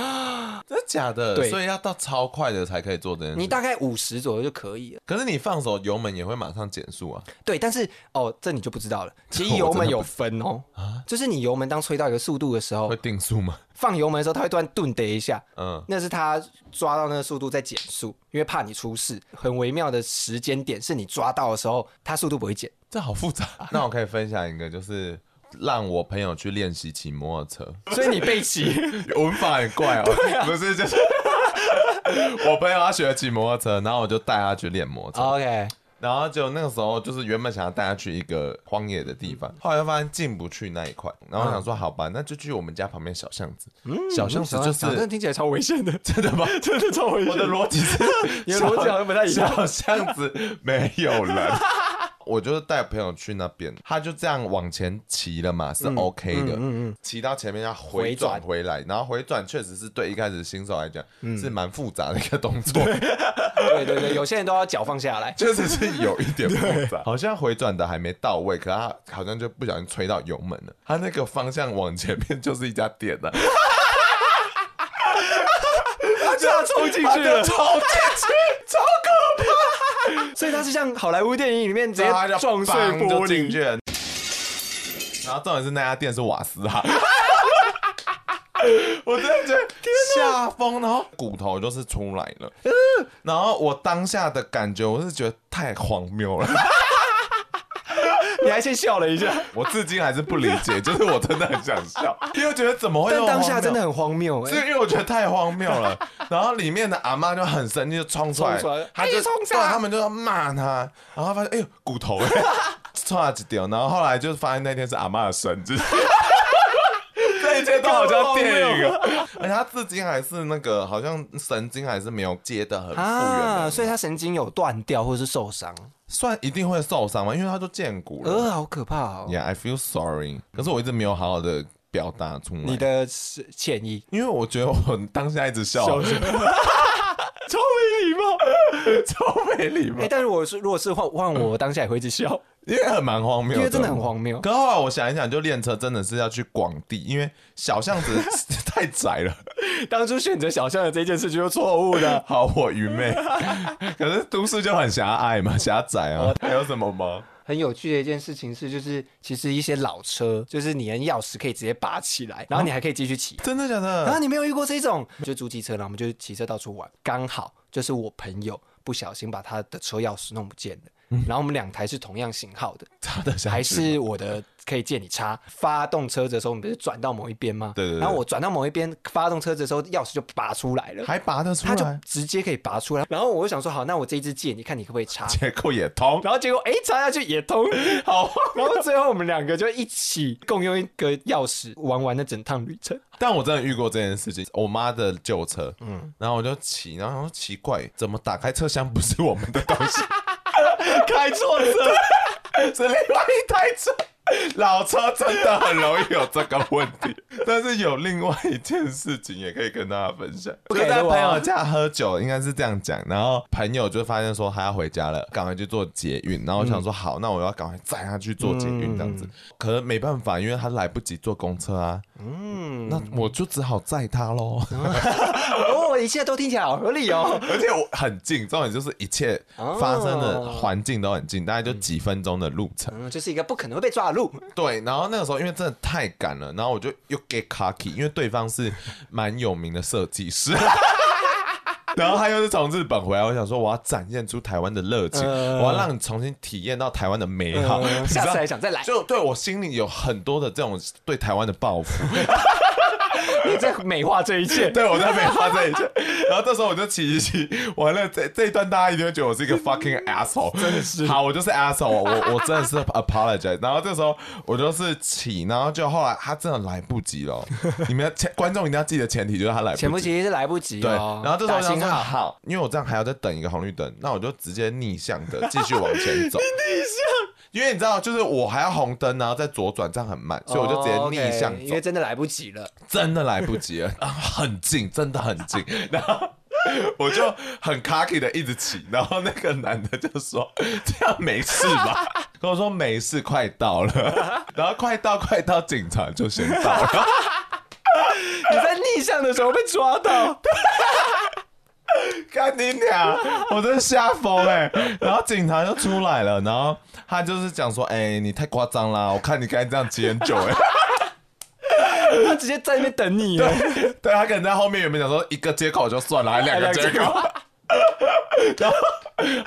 [SPEAKER 2] 真的假的？
[SPEAKER 1] 对
[SPEAKER 2] 所以要到超快的才可以做这件
[SPEAKER 1] 你
[SPEAKER 2] 事。
[SPEAKER 1] 大概五十左右就可以了。
[SPEAKER 2] 可是你放手油门也会马上减速啊！
[SPEAKER 1] 对，但是哦，这你就不知道了。其实
[SPEAKER 2] <laughs> 我
[SPEAKER 1] 油
[SPEAKER 2] 真的
[SPEAKER 1] 门
[SPEAKER 2] 不啊
[SPEAKER 1] 有分哦，就是你油门当吹到一个速度的时候
[SPEAKER 2] 会，定速吗？
[SPEAKER 1] 放油门的时候，它会突然顿得一下，
[SPEAKER 2] 哦嗯，
[SPEAKER 1] 那是他抓到那个速度在减速，因为怕你出事。很微妙的时间点是你抓到的时候，它速度不会减。
[SPEAKER 2] 这好 <laughs> 复杂。那我可以分享一个，就是让我朋友去练习骑摩托 <laughs> 车。
[SPEAKER 1] 所以你被骑，
[SPEAKER 2] 文法很怪哦，不是就是 <laughs> 我朋友他学骑摩托车，然后我就带他去练摩托车，
[SPEAKER 1] OK，
[SPEAKER 2] 然后就那个时候就是原本想要带他去一个荒野的地
[SPEAKER 1] 嗯
[SPEAKER 2] 方，后来就发现进不去那一块，然后我想说好吧，那就去我们家旁边小巷子，
[SPEAKER 1] 嗯
[SPEAKER 2] 小巷子就
[SPEAKER 1] 真的
[SPEAKER 2] 是。 <laughs>
[SPEAKER 1] 听起来超危险的，
[SPEAKER 2] 真的吗？
[SPEAKER 1] 真的超危，
[SPEAKER 2] 我的。逻辑是
[SPEAKER 1] <laughs> 你的逻辑好像不太一样
[SPEAKER 2] 小巷子没有人，我就是带朋友去那边，他就这样往前骑了嘛，是
[SPEAKER 1] 嗯
[SPEAKER 2] OK 的。骑到前面要回
[SPEAKER 1] 回转
[SPEAKER 2] 转
[SPEAKER 1] 嗯
[SPEAKER 2] 回来，然后回转确实是对一开始新手来讲是蛮复杂的一个动作，
[SPEAKER 1] 对对对，有些人都要脚放下来。
[SPEAKER 2] 确实是有一
[SPEAKER 1] <laughs>
[SPEAKER 2] 点复杂。好像回转的还没到位，可他好像就不小心吹到油门了，他那个方向往前面就是一家店了。
[SPEAKER 1] 他就要冲进去了，
[SPEAKER 2] 超进去，超
[SPEAKER 1] 所以他是像好莱坞电影里 <laughs> 面直接
[SPEAKER 2] <laughs> 然后他就
[SPEAKER 1] 撞碎
[SPEAKER 2] 砰
[SPEAKER 1] 玻
[SPEAKER 2] 就进
[SPEAKER 1] 璃。
[SPEAKER 2] 去了。然后重点是那家店是瓦
[SPEAKER 1] <laughs>
[SPEAKER 2] 斯啊。我真的觉得吓疯，然后骨头就是出来了，然后我当下的感觉，我是觉得太荒
[SPEAKER 1] <laughs>
[SPEAKER 2] 谬了，
[SPEAKER 1] 你还先笑了一下，
[SPEAKER 2] 我至今还是不理解，就是我真的很想笑，因为我觉得怎么会那
[SPEAKER 1] 但当
[SPEAKER 2] 么
[SPEAKER 1] 下
[SPEAKER 2] 荒谬
[SPEAKER 1] 真的很荒谬
[SPEAKER 2] 哎是
[SPEAKER 1] 哎。
[SPEAKER 2] 因为我觉得太荒谬
[SPEAKER 1] <laughs>
[SPEAKER 2] 了，然后里面的阿妈就很生气，就冲出来
[SPEAKER 1] 冲出来，
[SPEAKER 2] 她
[SPEAKER 1] 哎
[SPEAKER 2] 就
[SPEAKER 1] 你冲啥
[SPEAKER 2] 对他们就要骂她，然后发现哎呦骨头，冲了几丢，然后后来就发现那天是阿妈的生
[SPEAKER 1] <laughs>
[SPEAKER 2] 日，这一切都好像电影啊，而且她至今还是那个好像神经还是没有接的很复原
[SPEAKER 1] 啊，
[SPEAKER 2] 的，
[SPEAKER 1] 所以他神经有断掉或者是受伤，
[SPEAKER 2] 算一定会受伤嘛，因为她都见骨了。
[SPEAKER 1] 呃，好可怕哦。
[SPEAKER 2] Yeah, I feel sorry，可是我一直没有好好的表达出来，
[SPEAKER 1] 你的是歉意，
[SPEAKER 2] 因为我觉得我当下一直
[SPEAKER 1] 哦
[SPEAKER 2] 笑，
[SPEAKER 1] <laughs> 超没礼貌。
[SPEAKER 2] <laughs> 超没礼貌
[SPEAKER 1] 哎、。但是我是如果是换换我，我当下也会一直笑，
[SPEAKER 2] 因为很蛮荒谬，
[SPEAKER 1] 因为真的很。荒谬。
[SPEAKER 2] 可后来我想一想，就练车真的是要去广地，因为小巷子 <laughs> 太窄了，
[SPEAKER 1] <laughs> 当初选择小象的这件事情就是错误 <laughs> 的。
[SPEAKER 2] 好我愚昧。可是都市就很狭隘嘛，狭窄
[SPEAKER 1] 哦
[SPEAKER 2] 啊。还有什么吗？
[SPEAKER 1] 很有趣的一件事情是，就是其实一些老车，就是你连钥匙可以直接拔起来，然后你还可以继续骑。
[SPEAKER 2] 真的假
[SPEAKER 1] 然后
[SPEAKER 2] 的？
[SPEAKER 1] 你没有遇过这种，就租机车，然后我们就骑车到处玩。刚好就是我朋友不小心嗯把他的车钥匙弄不见了，然后我们两台是同样型号的，
[SPEAKER 2] 差的
[SPEAKER 1] 还
[SPEAKER 2] 下去
[SPEAKER 1] 是我的可以借你插。发动车子的时候，你不是转到某一边吗？
[SPEAKER 2] 对对对
[SPEAKER 1] 然后我转到某一边，发动车子的时候，钥匙就拔出来了，
[SPEAKER 2] 还拔得出
[SPEAKER 1] 它就
[SPEAKER 2] 来，
[SPEAKER 1] 直接可以拔出来。然后我就想说，好，那我这一支借你看，你可不可以插？
[SPEAKER 2] 结构也通。
[SPEAKER 1] 然后结果哎，插下去也通，好。 <laughs> 然后最后我们两个就一起共用一个钥匙，玩完了整趟旅程。
[SPEAKER 2] 但我真的遇过这件事情，我妈的旧车，嗯，然后我就骑，然后想说奇怪，怎么打开车厢不是我们的东西， <laughs> 开错车，是另外一台车。老车真的很容易有这个问题，但是有另外一件事情也可以跟大家分享，
[SPEAKER 1] 不
[SPEAKER 2] 就
[SPEAKER 1] 给
[SPEAKER 2] 是在
[SPEAKER 1] 录哦
[SPEAKER 2] 朋友家喝酒，应该是这样讲，然后朋友就发现说他要回家了，赶快去做捷运，然后我
[SPEAKER 1] 嗯
[SPEAKER 2] 想说好，那我要赶快载他去做捷运这样子，可能没办法，因为他来不及坐公车啊，
[SPEAKER 1] 嗯，
[SPEAKER 2] 那我就只好载他喽。
[SPEAKER 1] 哦，一切都听起来好合理哦。
[SPEAKER 2] <laughs> 而且我很近，重点就是一切发生的环境都很近，大概就几分钟的路
[SPEAKER 1] <laughs>
[SPEAKER 2] 程。
[SPEAKER 1] 嗯，就是一个不可能会被抓的路。
[SPEAKER 2] 对，然后那个时候因为真的太赶了，然后我就又 get cocky，因为对方是蛮有名的设计 <laughs> 师。然后他又是从日本回来，我想说我要展现出台湾的热情，
[SPEAKER 1] 嗯
[SPEAKER 2] 我要让你重新体验到台湾的美好。
[SPEAKER 1] 嗯
[SPEAKER 2] <laughs> 你知道
[SPEAKER 1] 下次还想再来
[SPEAKER 2] 就对我心里有很多的这种对台湾的报复。
[SPEAKER 1] 你在美化这一切。
[SPEAKER 2] <laughs> 对，我在美化这一 <laughs> 切。然后这时候我就骑一骑，完了这这一段大家一定会觉得我 <laughs> 是一个 fucking asshole，真的是。好，我就是 asshole，我我真的是 apologize。然后这时候我就是骑，然后就后来他真的来不及 <laughs> 了。你们要前观众一定要记得前提就是他来
[SPEAKER 1] 前
[SPEAKER 2] 不
[SPEAKER 1] 不
[SPEAKER 2] 及。
[SPEAKER 1] 及是来不及
[SPEAKER 2] 对，
[SPEAKER 1] 哦。
[SPEAKER 2] 然后这时候我
[SPEAKER 1] 打
[SPEAKER 2] 想
[SPEAKER 1] 信
[SPEAKER 2] 说
[SPEAKER 1] 号
[SPEAKER 2] 好，因为我这样还要再等一个红绿灯，那我就直接逆向 <laughs> 的继续往前走。逆向，因为你知道，就是我还要红灯，然后再左转，这样很慢，所以我就直接逆向
[SPEAKER 1] 哦，OK，因
[SPEAKER 2] 走
[SPEAKER 1] 为。真的来不及了。
[SPEAKER 2] 真的来不及了，啊很近，真的很近。然后我就很 cocky 的一直骑，然后那个男的就说：“这样没事吧？”跟我说：“没事，快到了。”然后快到，快到，警察就先到 <laughs> 了。
[SPEAKER 1] 你在逆向的时候被抓到，
[SPEAKER 2] 干你娘！我真的吓疯哎！然后警察就出来了，然后他就是讲说：“哎、你太夸张啦！我看你刚才这样骑很久哎、
[SPEAKER 1] 他直接在那边等你耶。
[SPEAKER 2] <laughs>
[SPEAKER 1] <laughs>
[SPEAKER 2] 对他可能在后面原本想说一个接口就算了，还两
[SPEAKER 1] 哎
[SPEAKER 2] 个接口。然后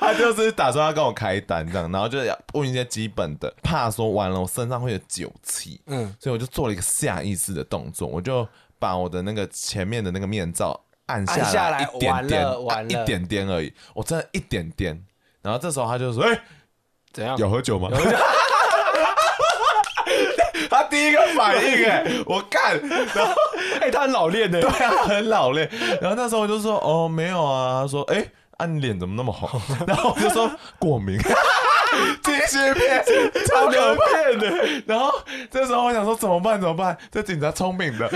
[SPEAKER 2] <laughs> 他就是打算要跟我开单这样，然后就要问一些基本的，怕说完了我身上会有酒气，嗯
[SPEAKER 1] 嗯，
[SPEAKER 2] 所以我就做了一个下意识的动作，我就把我的那个前面的那个面罩按下
[SPEAKER 1] 按下来
[SPEAKER 2] 一点
[SPEAKER 1] 完了
[SPEAKER 2] 点，
[SPEAKER 1] 完了
[SPEAKER 2] 一点点而已，我真的一点点。然后这时候他就说：“哎、
[SPEAKER 1] 怎样？
[SPEAKER 2] 有喝酒吗？ <laughs> 他第一个反应哎、我干，然后
[SPEAKER 1] 哎，他很老练的。
[SPEAKER 2] 对啊，很老嘞。然后那时候我就说，哦，没有啊。他说，哎、啊，你脸怎么那么红？ <laughs> 然后我就说，过敏。 <laughs> 继续骗，超可骗的。然后这时候我想说怎么办？怎么办？这警察聪明 <laughs> 的，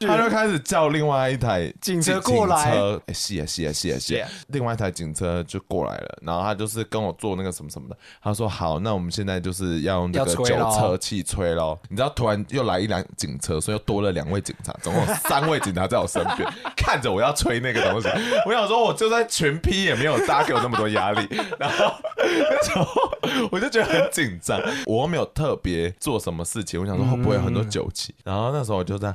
[SPEAKER 2] 他就开始叫另外一台
[SPEAKER 1] 警车过来
[SPEAKER 2] 警车哎是啊是啊是啊是
[SPEAKER 1] 是啊，
[SPEAKER 2] 啊另外一台警车就过来了。然后他就是跟我做那个什么什么的，他说好，那我们现在就是要用这个
[SPEAKER 1] 要吹
[SPEAKER 2] 酒
[SPEAKER 1] 咯
[SPEAKER 2] 车气吹咯。你知道，突然又来一辆警车，所以又多了两位警察，总共有三位警察在我身边， <laughs> 看着我要吹那个东西。我想说，我就算群批也没有大家给我那么多压力。然后那时候我就觉得很紧张，我又没有特别做什么事情，我想说会不会有很多酒气。然后那时候我就这样。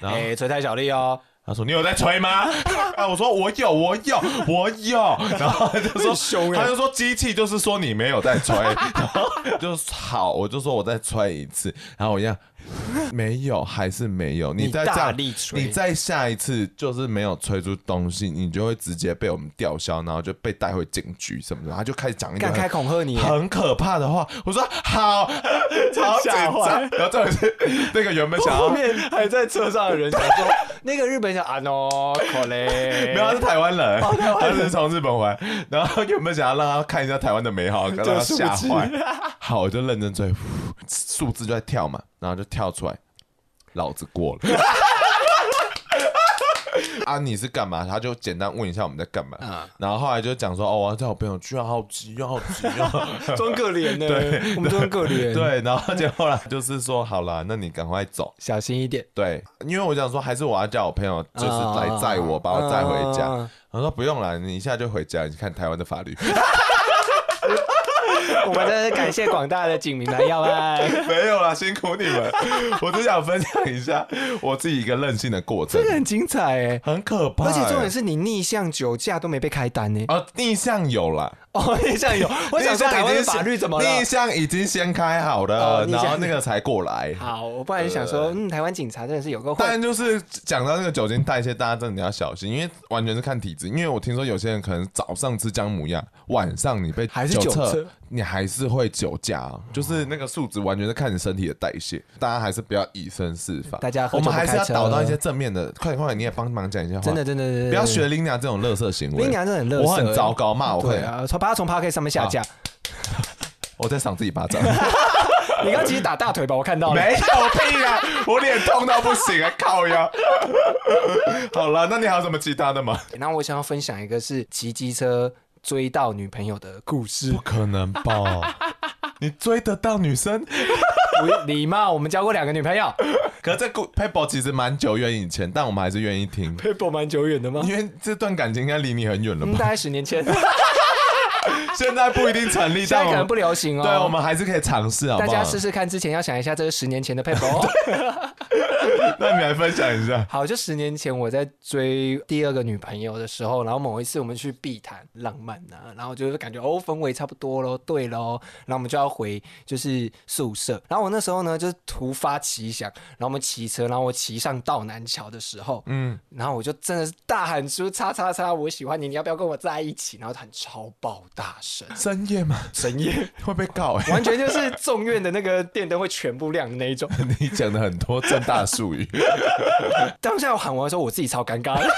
[SPEAKER 2] 然后
[SPEAKER 1] 哎，锤太小丽哦，
[SPEAKER 2] 他说：“你有在吹吗？” <laughs> 啊，我说：“我有，我有，我有。” <laughs> 然后他就说：“
[SPEAKER 1] 很凶欸
[SPEAKER 2] 他就说机器就是说你没有在吹。” <laughs> 然后就说好，我就说我再吹一次，然后我一样没有，还是没有。你
[SPEAKER 1] 你
[SPEAKER 2] 再这
[SPEAKER 1] 大
[SPEAKER 2] 样
[SPEAKER 1] 力，吹
[SPEAKER 2] 你再下一次就是没有吹出东西，你就会直接被我们吊销，然后就被带回警局什么的。他就开始讲一个
[SPEAKER 1] 敢
[SPEAKER 2] 很
[SPEAKER 1] 开恐吓你欸耶。
[SPEAKER 2] 很可怕的话，我说好， <laughs> 超紧
[SPEAKER 1] 吓
[SPEAKER 2] 张
[SPEAKER 1] 坏。
[SPEAKER 2] <laughs> 然后重点是那个原本想
[SPEAKER 1] 后
[SPEAKER 2] 要。
[SPEAKER 1] 面还在车上的人想说， <laughs> 那个日本人啊 no 可嘞，
[SPEAKER 2] 没有，他是哦台湾人，他是从日本回来，然后原本想要让他看一下台湾的美 <laughs> 好，让他吓坏。好，我就认真追，呼 <laughs> 数字就在跳嘛，然后就跳出来，老子 <laughs> 过了。啊，你是干嘛？他就简单问一下我们在干嘛，然后后来就讲说，哦，我要叫我朋友去，啊，好急啊，好急啊。
[SPEAKER 1] <laughs>
[SPEAKER 2] <laughs>
[SPEAKER 1] 装可怜呢，我们装可怜，，
[SPEAKER 2] 对，然后结果后来就是说，好啦，那你赶快走。
[SPEAKER 1] 小心一点。
[SPEAKER 2] 对，因为我想说，还是我要叫我朋友，就是来载我，
[SPEAKER 1] 啊
[SPEAKER 2] 把我载回家。
[SPEAKER 1] 啊
[SPEAKER 2] 他说不用了，你一下就回家。你看台湾的法律， <laughs>
[SPEAKER 1] 我们真的感谢广大的警民来要爱。
[SPEAKER 2] <laughs> 没有啦，辛苦你们。 <laughs> 我只想分享一下我自己一个任性的过程
[SPEAKER 1] 这，个很精彩哎、
[SPEAKER 2] 很可怕欸、哦
[SPEAKER 1] 而且重点是你逆向酒驾都没被开单呢、
[SPEAKER 2] 啊，逆向有啦，
[SPEAKER 1] <laughs> 哦，印象
[SPEAKER 2] <laughs>
[SPEAKER 1] 有，我想说
[SPEAKER 2] 逆
[SPEAKER 1] 台
[SPEAKER 2] 向已
[SPEAKER 1] 湾的
[SPEAKER 2] 经
[SPEAKER 1] 法律怎么了？
[SPEAKER 2] 逆向已经先开好
[SPEAKER 1] 哦
[SPEAKER 2] 了，
[SPEAKER 1] 逆
[SPEAKER 2] 然
[SPEAKER 1] 向
[SPEAKER 2] 后那个才过来。
[SPEAKER 1] 好，我本来想说，嗯，台湾警察真的是有个坏
[SPEAKER 2] 呃但就是讲到那个酒精代谢，大家真的要小心，因为完全是看体质。因为我听说有些人可能早上吃姜母鸭，晚上你被
[SPEAKER 1] 还是
[SPEAKER 2] 酒
[SPEAKER 1] 酒测
[SPEAKER 2] 测，你还是会酒驾哦、就是那个数值完全是看你身体的代谢。大家还是不要以身试法，
[SPEAKER 1] 大家喝
[SPEAKER 2] 我
[SPEAKER 1] 酒
[SPEAKER 2] 们
[SPEAKER 1] 不
[SPEAKER 2] 还是
[SPEAKER 1] 开
[SPEAKER 2] 要
[SPEAKER 1] 车
[SPEAKER 2] 导到一些正面的。快点快点，你也帮忙讲一下话，
[SPEAKER 1] 真的真的真的
[SPEAKER 2] 不要学林娘这种乐色行为。
[SPEAKER 1] 林娘真的很垃圾
[SPEAKER 2] 我很糟糕，骂我快
[SPEAKER 1] 对
[SPEAKER 2] 点，
[SPEAKER 1] 啊，从把他从 p a r k 上面下架。
[SPEAKER 2] 我在赏自己巴
[SPEAKER 1] <laughs>
[SPEAKER 2] 掌。
[SPEAKER 1] 你刚刚其实打大腿吧，我看到了。
[SPEAKER 2] 没有屁啊！我脸痛到不行啊，靠呀！好了，那你还有什么其他的吗？
[SPEAKER 1] 然后我想要分享一个是骑机车追到女朋友的故事
[SPEAKER 2] 不。可能吧？你追得到女生？
[SPEAKER 1] 我礼貌，我们交过两个女朋友
[SPEAKER 2] <laughs> 可是这故 paper 其实蛮久远以前，但我们还是愿意
[SPEAKER 1] <laughs>
[SPEAKER 2] 听，
[SPEAKER 1] ，paper 蛮久远的
[SPEAKER 2] <laughs>
[SPEAKER 1] 吗？
[SPEAKER 2] 因为这段感情应该离你很远了
[SPEAKER 1] 嗯，
[SPEAKER 2] 吧？
[SPEAKER 1] 大概十年前，
[SPEAKER 2] <laughs> 现在不一定成立，
[SPEAKER 1] 嗯 <laughs> 现在
[SPEAKER 2] 但
[SPEAKER 1] 可
[SPEAKER 2] 我
[SPEAKER 1] 能
[SPEAKER 2] 们
[SPEAKER 1] 不流行哦。
[SPEAKER 2] 对，我们还是可以尝试，好
[SPEAKER 1] 大
[SPEAKER 2] 不
[SPEAKER 1] 家
[SPEAKER 2] 好？
[SPEAKER 1] 试试看，之前要想一下这是十年前的 paper 哦。
[SPEAKER 2] <laughs> 那你来分享一下。
[SPEAKER 1] 好，就十年前我在追第二个女朋友的时候，然后某一次我们去碧潭浪漫啊，然后就是感觉哦氛围差不多喽，对喽，然后我们就要回就是宿舍，然后我那时候呢就是突发奇想，然后我们骑车，然后我骑上道南桥的时候，
[SPEAKER 2] 嗯，
[SPEAKER 1] 然后我就真的是大喊出“叉叉叉，我喜欢你，你要不要跟我在一起？”然后喊超爆大声，
[SPEAKER 2] 深夜嘛，
[SPEAKER 1] 深夜
[SPEAKER 2] 会被告 <laughs> 哎、
[SPEAKER 1] 完全就是众院的那个电灯会全部亮的那一种。
[SPEAKER 2] 你讲的很多正大
[SPEAKER 1] <laughs>
[SPEAKER 2] 术语，
[SPEAKER 1] 当下我喊完的时候，我自己超尴尬的。 <laughs>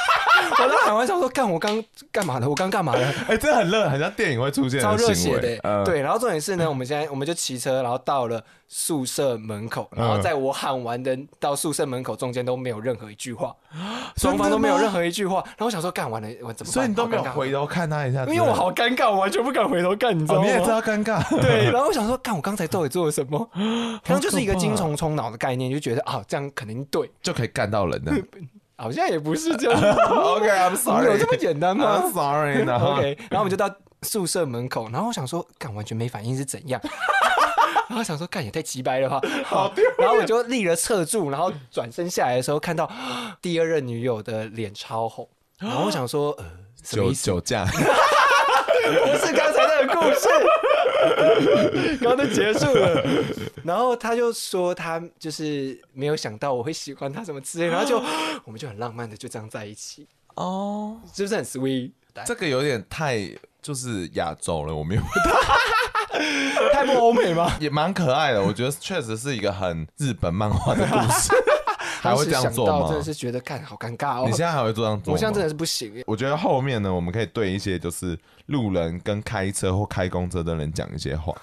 [SPEAKER 1] 我当时喊完之后说：“干，我刚干嘛了？我刚干嘛了？”
[SPEAKER 2] 哎、这很热，很像电影会出现
[SPEAKER 1] 超
[SPEAKER 2] 的
[SPEAKER 1] 热
[SPEAKER 2] 行
[SPEAKER 1] 血
[SPEAKER 2] 为。
[SPEAKER 1] 的欸、
[SPEAKER 2] 嗯，
[SPEAKER 1] 对。然后重点是呢，我们现在我们就骑车，然后到了宿舍门口，然
[SPEAKER 2] 嗯
[SPEAKER 1] 后在我喊完的到宿舍门口中间都没有任何一句话，双方都没有任何一句话。然后我想说，干完了，我怎么办？
[SPEAKER 2] <laughs> 所以你都没有
[SPEAKER 1] 好尴尬
[SPEAKER 2] 回，头看他一下之类的，
[SPEAKER 1] 因为我好尴尬，我完全不敢回头看，你知道
[SPEAKER 2] 哦，
[SPEAKER 1] 吗？
[SPEAKER 2] 你也知道尴尬，
[SPEAKER 1] <laughs>
[SPEAKER 2] <laughs>
[SPEAKER 1] 对，然后我想说，干我刚才到底做了什么？刚刚就是一个精虫充脑的概念，就觉得啊，这样肯定对，
[SPEAKER 2] 就可以干到
[SPEAKER 1] <laughs>
[SPEAKER 2] 人的。哦
[SPEAKER 1] 好像也不是这
[SPEAKER 2] <laughs>
[SPEAKER 1] 样，
[SPEAKER 2] OK，I'm
[SPEAKER 1] 有这么简单吗？
[SPEAKER 2] I'm <laughs> sorry，然后
[SPEAKER 1] OK，然后我们就到宿舍门口，然后我想说，干完全没反应是怎 <laughs> 样？然后想说，干也太鸡掰了吧，好丢。然后我就立了侧柱，然后转身下来的时候，看到第二任女友的脸超 <gasps> 红，然后我想说，呃，什么
[SPEAKER 2] 酒
[SPEAKER 1] 意思？
[SPEAKER 2] 酒 <laughs> 驾，
[SPEAKER 1] 不是刚才那个故 <laughs> 事，刚刚都结束了。然后他就说他就是没有想到我会喜欢他什么 <gasps> 之类，然后就我们就很浪漫的就这样在一起，
[SPEAKER 2] 哦，
[SPEAKER 1] 是不是很 sweet？
[SPEAKER 2] 这个有点太就是亚洲了，我没有，
[SPEAKER 1] 太不欧美吗？
[SPEAKER 2] 也蛮可爱的，我觉得确实是一个很日本漫画的故 <laughs> 事，还会这样做
[SPEAKER 1] 当时想到
[SPEAKER 2] 吗
[SPEAKER 1] 真？的是觉得干好尴尬哦。
[SPEAKER 2] 你现在还会这样做
[SPEAKER 1] 我现在真
[SPEAKER 2] 吗？
[SPEAKER 1] 的是不行欸耶。
[SPEAKER 2] 我觉得后面呢，我们可以对一些就是路人跟开车或开公车的人讲一些 <laughs> 话，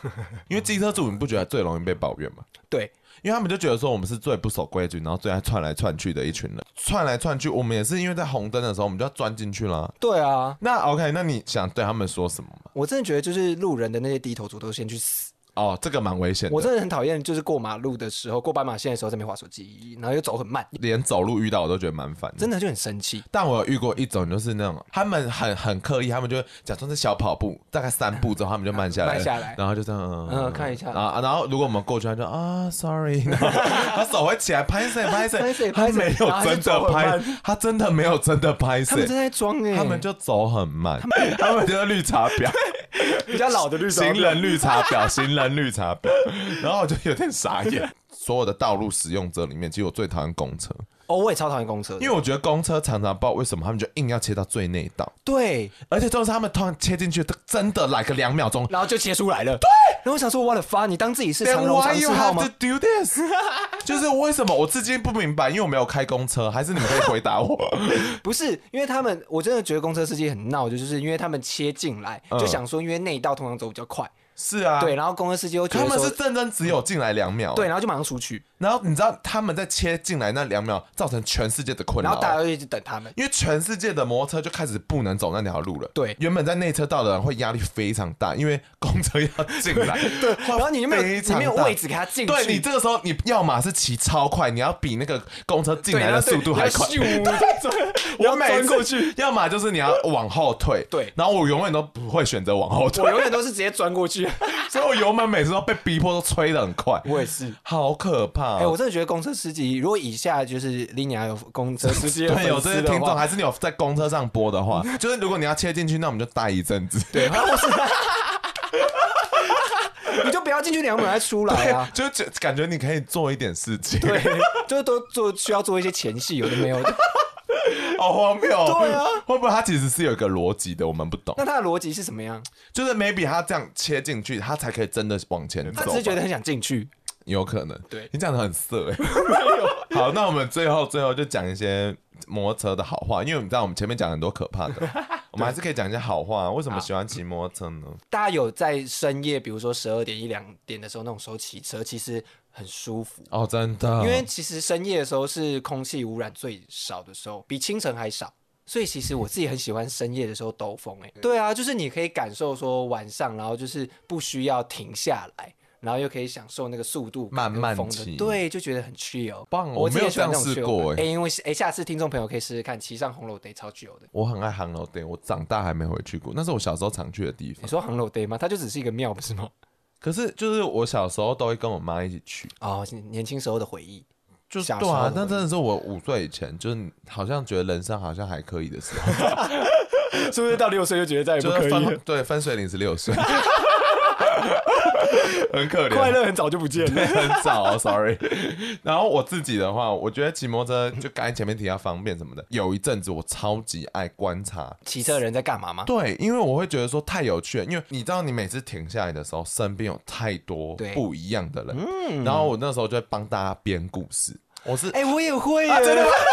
[SPEAKER 2] 因为机车主你不觉得最容易被抱怨吗？
[SPEAKER 1] 对，
[SPEAKER 2] 因为他们就觉得说我们是最不守规矩，然后最爱窜来窜去的一群人，窜来窜去。我们也是因为在红灯的时候，我们就要钻进去了。
[SPEAKER 1] 对啊，
[SPEAKER 2] 那 OK，那你想对他们说什么吗？
[SPEAKER 1] 我真的觉得就是路人的那些低头族都先去死。
[SPEAKER 2] 哦，这个蛮危险
[SPEAKER 1] 我
[SPEAKER 2] 的，
[SPEAKER 1] 真的很讨厌，就是过马路的时候，过斑马线的时候在那边滑手机，然后又走很慢，
[SPEAKER 2] 连走路遇到我都觉得蛮烦的
[SPEAKER 1] 真。的就很生气。
[SPEAKER 2] 但我有遇过一种，就是那种他们很很刻意，他们就假装是小跑步，大概三步之后他们就慢下来，
[SPEAKER 1] 慢下来
[SPEAKER 2] 然后就这样，嗯
[SPEAKER 1] 嗯看一下
[SPEAKER 2] 啊，然后如果我们过去，他就啊，sorry，然后
[SPEAKER 1] <laughs>
[SPEAKER 2] 他手会起来拍谁
[SPEAKER 1] 拍
[SPEAKER 2] 拍
[SPEAKER 1] 谁
[SPEAKER 2] 谁，他
[SPEAKER 1] 拍谁
[SPEAKER 2] 没有
[SPEAKER 1] 然后他就
[SPEAKER 2] 真的
[SPEAKER 1] 走很
[SPEAKER 2] 拍
[SPEAKER 1] 慢，
[SPEAKER 2] 他真的没有真的拍
[SPEAKER 1] 他们
[SPEAKER 2] 谁
[SPEAKER 1] 正，在装哎，
[SPEAKER 2] 他们就走很慢，他们就是绿茶婊，
[SPEAKER 1] 比较老的绿色
[SPEAKER 2] 行人绿茶婊，行人绿茶 <laughs> 婊，然后我就有点傻眼。所有的道路使用者里面，其实我最讨厌公车，
[SPEAKER 1] 哦，我也超讨厌公车的，
[SPEAKER 2] 因
[SPEAKER 1] 为
[SPEAKER 2] 为我觉得公车常常不知道为什么他们就硬要切到最内道，
[SPEAKER 1] 对，
[SPEAKER 2] 而且就是他们突然切进去，真的来个两秒钟，
[SPEAKER 1] 然后就切出来了。对，然后我想说，我的发，你当自己是
[SPEAKER 2] Then
[SPEAKER 1] 长龙长
[SPEAKER 2] why
[SPEAKER 1] 四
[SPEAKER 2] you
[SPEAKER 1] 号
[SPEAKER 2] have
[SPEAKER 1] 吗
[SPEAKER 2] to？do this？就是 <laughs> 为什么我至今不明白，因为我没有开公车，还是你们可以回答我。 <laughs>
[SPEAKER 1] 不是，因为他们，我真的觉得公车司机很闹，就是因为他们切进来，就
[SPEAKER 2] 嗯
[SPEAKER 1] 想说，因为那一道通常走比较快，
[SPEAKER 2] 是啊，
[SPEAKER 1] 对，，然后公车司机又觉
[SPEAKER 2] 他
[SPEAKER 1] 得
[SPEAKER 2] 们
[SPEAKER 1] 说
[SPEAKER 2] 是认真只有进来两秒，
[SPEAKER 1] 对，，然后就马上出去，
[SPEAKER 2] 然后你知道他们在切进来那两秒，造成全世界的困扰。
[SPEAKER 1] 然后大家就一直等他
[SPEAKER 2] <laughs>
[SPEAKER 1] 们。
[SPEAKER 2] 因为全世界的摩托车就开始不能走那条路了。
[SPEAKER 1] 对
[SPEAKER 2] 原本在内车道的人会压力非常大，因为公车要进
[SPEAKER 1] <laughs>
[SPEAKER 2] 来，对，
[SPEAKER 1] 然后你又没有
[SPEAKER 2] 非
[SPEAKER 1] 你
[SPEAKER 2] 常
[SPEAKER 1] 没有
[SPEAKER 2] 大
[SPEAKER 1] 位置给他进去，
[SPEAKER 2] 对你这个时候，你要么是骑超快，你要比那个公车进
[SPEAKER 1] 对
[SPEAKER 2] 来
[SPEAKER 1] 然
[SPEAKER 2] 的
[SPEAKER 1] 后对
[SPEAKER 2] 速度还快。 <laughs>
[SPEAKER 1] 你要咻你要
[SPEAKER 2] 我每
[SPEAKER 1] 钻
[SPEAKER 2] 次
[SPEAKER 1] 过去，
[SPEAKER 2] 要么就是你要往后退，
[SPEAKER 1] 对
[SPEAKER 2] 然后我永远都不会选择往后退
[SPEAKER 1] 我，永远都是直接钻过去。
[SPEAKER 2] <laughs> 所以我油门每次都被逼迫都吹得很快，
[SPEAKER 1] 我也是，
[SPEAKER 2] 好可怕吧？
[SPEAKER 1] <laughs> 哎、我真的觉得公车司机，如果以下就是丽娘有公车司机的
[SPEAKER 2] <laughs> 对，有
[SPEAKER 1] 粉
[SPEAKER 2] 这
[SPEAKER 1] 丝
[SPEAKER 2] 些
[SPEAKER 1] 的
[SPEAKER 2] 听
[SPEAKER 1] 话
[SPEAKER 2] 众，，还是你有在公车上播的
[SPEAKER 1] <laughs>
[SPEAKER 2] 话，就是如果你要切进去，那我们就待一阵子。
[SPEAKER 1] 对，或是 <laughs> 你就不要进去两秒再出来啊。
[SPEAKER 2] 就就感觉你可以做一点事情，
[SPEAKER 1] 对， <laughs> 就是都做需要做一些前戏，有的没有的。
[SPEAKER 2] <laughs> 好荒谬哦。
[SPEAKER 1] 对啊
[SPEAKER 2] 会不会他其实是有一个逻辑的，我们不懂
[SPEAKER 1] 那。他的逻辑是什么样？
[SPEAKER 2] 就是 maybe 他这样切进去，他才可以真的往前走吧。
[SPEAKER 1] 他只是觉得很想进去。
[SPEAKER 2] 有可能。
[SPEAKER 1] 对
[SPEAKER 2] 你讲的很 <laughs> 色哎、好，那我们最后最后就讲一些摩托车的好话，因为我们知道我们前面讲很多可怕
[SPEAKER 1] <laughs>
[SPEAKER 2] 的，我们还是可以讲一些好话。啊为什么喜欢骑摩托车呢？
[SPEAKER 1] 大家有在深夜，比如说十二点一两点的时候那种时候骑车，其实很舒服。
[SPEAKER 2] 哦，真的，
[SPEAKER 1] 因为其实深夜的时候是空气污染最少的时候，比清晨还少。所以其实我自己很喜欢深夜的时候兜风、欸，对啊，就是你可以感受说晚上，然后就是不需要停下来，然后又可以享受那个速度感
[SPEAKER 2] 慢慢
[SPEAKER 1] 跟风的
[SPEAKER 2] 骑
[SPEAKER 1] 对，就觉得很 chill。
[SPEAKER 2] 棒哦
[SPEAKER 1] 我自己
[SPEAKER 2] 我没有
[SPEAKER 1] 也喜欢
[SPEAKER 2] 这
[SPEAKER 1] 那
[SPEAKER 2] 样
[SPEAKER 1] 种
[SPEAKER 2] 试
[SPEAKER 1] chill
[SPEAKER 2] 过
[SPEAKER 1] 感
[SPEAKER 2] 欸
[SPEAKER 1] 欸因为哎、下次听众朋友可以试试看，骑上红楼 day 超 chill 的。
[SPEAKER 2] 我很爱航楼店，我长大还没回去过，那是我小时候常去的地
[SPEAKER 1] 你
[SPEAKER 2] 方。
[SPEAKER 1] 说红楼 day 吗？它就只是一个庙，不
[SPEAKER 2] <laughs>
[SPEAKER 1] 是吗？
[SPEAKER 2] 可是就是我小时候都会跟我妈一起去，
[SPEAKER 1] 哦，是年轻时候的回忆，
[SPEAKER 2] 就是
[SPEAKER 1] 小时
[SPEAKER 2] 对
[SPEAKER 1] 候
[SPEAKER 2] 啊
[SPEAKER 1] 的，
[SPEAKER 2] 那
[SPEAKER 1] 回
[SPEAKER 2] 真的是我五岁以前，就是好像觉得人生好像还可以的时候，
[SPEAKER 1] 是不是到六岁就觉得再也
[SPEAKER 2] 就是分对分水岭是六岁， <laughs> 很可怜，
[SPEAKER 1] 乐很早就不见了？
[SPEAKER 2] <laughs> 很早、哦、，sorry。然 <laughs> 后我自己的话，我觉得骑摩托车就刚才前面提到方便什么的，有一阵子我超级爱观察。
[SPEAKER 1] 骑车的人在干嘛吗？
[SPEAKER 2] 对，因为我会觉得说太有趣了，因为你知道，你每次停下来的时候，身边有太多
[SPEAKER 1] 对嗯
[SPEAKER 2] 不一样的人。然后我那时候就会帮大家编故事。我是、
[SPEAKER 1] <laughs> 哎、我也会、耶
[SPEAKER 2] 啊，真的吗？
[SPEAKER 1] <laughs>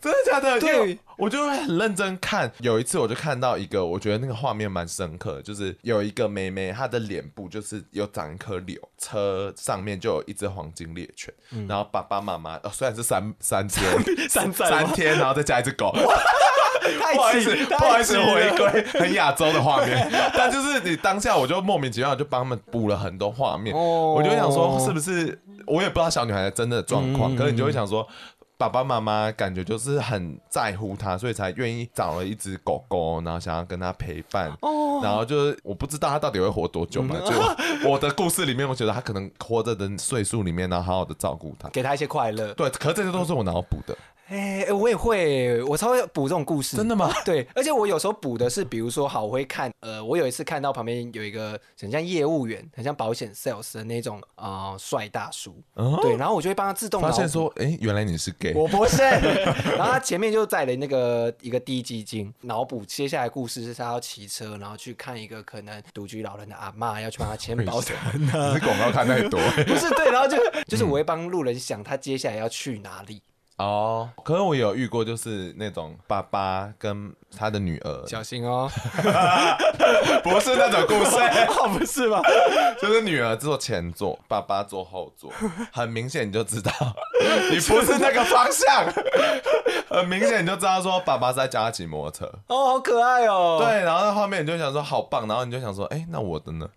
[SPEAKER 2] 真的假的？
[SPEAKER 1] 对
[SPEAKER 2] 因为我就会很认真看。有一次我就看到一个，我觉得那个画面蛮深刻的，就是有一个妹妹，她的脸部就是有长一颗瘤，车上面就有一只黄金猎犬，然后爸爸妈妈、哦、虽然是三三天
[SPEAKER 1] 三战
[SPEAKER 2] 三
[SPEAKER 1] 吗
[SPEAKER 2] 天，然后再加一只狗。
[SPEAKER 1] 太
[SPEAKER 2] 不好意
[SPEAKER 1] 气
[SPEAKER 2] 思，
[SPEAKER 1] 了
[SPEAKER 2] 不好意思，
[SPEAKER 1] 太气了
[SPEAKER 2] 回归很亚洲的画
[SPEAKER 1] <laughs>
[SPEAKER 2] 面，但就是你当下我就莫名其妙就帮他们补了很多画面，
[SPEAKER 1] 哦
[SPEAKER 2] 我就想说是不是我也不知道小女孩的真的状
[SPEAKER 1] 嗯
[SPEAKER 2] 况，可是你就会想说。爸爸妈妈感觉就是很在乎她，所以才愿意找了一只狗狗，然后想要跟她陪伴。哦，然后就是我不知道她到底会活多久嘛，
[SPEAKER 1] 嗯
[SPEAKER 2] 就我的故事里面，我觉得她可能活着的岁数里面，然后好好的照顾她。
[SPEAKER 1] 给他一些快乐。
[SPEAKER 2] 对，可是这些都是我脑补的，
[SPEAKER 1] 哎、哎我也会，我超会补这种故事。
[SPEAKER 2] 真的吗？
[SPEAKER 1] <laughs> 对，而且我有时候补的是，比如说，好，我会看，呃，我有一次看到旁边有一个很像业务员、很像保险 sales 的那种啊帅大叔，
[SPEAKER 2] 哦
[SPEAKER 1] 对，然后我就会帮他自动
[SPEAKER 2] 发现
[SPEAKER 1] 脑补
[SPEAKER 2] 说，哎、原来你是 gay。
[SPEAKER 1] 我不是。 <laughs> 然后他前面就载了那个一个低基金，脑补接下来故事是他要骑车，然后去看一个可能独居老人的阿嬷，要去帮他签保险。
[SPEAKER 2] 你是广告看
[SPEAKER 1] <laughs>
[SPEAKER 2] 太多 <laughs>
[SPEAKER 1] 不是对，然后就就是我会帮路人想他接下来要去哪里，
[SPEAKER 2] 哦。可是我有遇过，就是那种爸爸跟他的女儿，
[SPEAKER 1] 小心哦，
[SPEAKER 2] 不是那种故事，
[SPEAKER 1] <laughs>
[SPEAKER 2] <laughs>
[SPEAKER 1] 哦不是吧？
[SPEAKER 2] 就是女儿坐前座，爸爸坐后座，很明显你就知道 <laughs> 你不是那个方向， <laughs> 很明显你就知道说爸爸是在教他骑摩托车。
[SPEAKER 1] 哦，好可爱哦。
[SPEAKER 2] 对，然后后面你就想说好棒，然后你就想说，哎、那我的呢？ <laughs>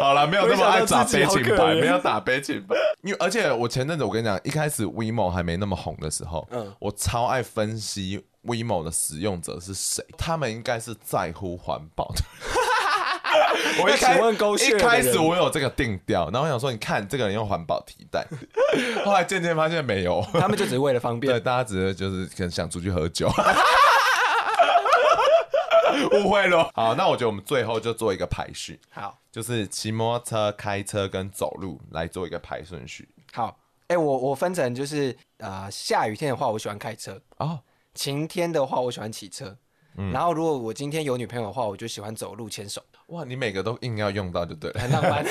[SPEAKER 2] 好了，没有那么爱
[SPEAKER 1] 我想到
[SPEAKER 2] 打悲情牌，
[SPEAKER 1] 自己好可怜
[SPEAKER 2] 没有打悲情牌。因为而且我前阵子我跟你讲，一开始 WeMo 还没那么红的时候，嗯
[SPEAKER 1] 嗯，
[SPEAKER 2] 我超爱分析 WeMo 的使用者是谁，他们应该是在乎环保
[SPEAKER 1] <laughs>
[SPEAKER 2] 的。我一开
[SPEAKER 1] 那请问勾血
[SPEAKER 2] 一
[SPEAKER 1] 的人
[SPEAKER 2] 开始我有这个定调，然后我想说，你看这个人用环保替代，后来渐渐发现没有，
[SPEAKER 1] 他们就只是为了方
[SPEAKER 2] 对，
[SPEAKER 1] 便。
[SPEAKER 2] 大家只是就是可能想出去喝酒。 <laughs> 误会了。好，那我觉得我们最后就做一个排序，
[SPEAKER 1] 好，
[SPEAKER 2] 就是骑摩托车、开车跟走路来做一个排顺序。
[SPEAKER 1] 好，哎、我我分成就是呃，下雨天的话，我喜欢开车；
[SPEAKER 2] 哦，
[SPEAKER 1] 晴天的话，我喜欢骑车。然后，如果我今天有女朋友的话，我就喜欢走路牵 <laughs> 手，
[SPEAKER 2] 哇，你每个都硬要用到就对了。 <laughs>
[SPEAKER 1] 很浪 <laughs> 漫，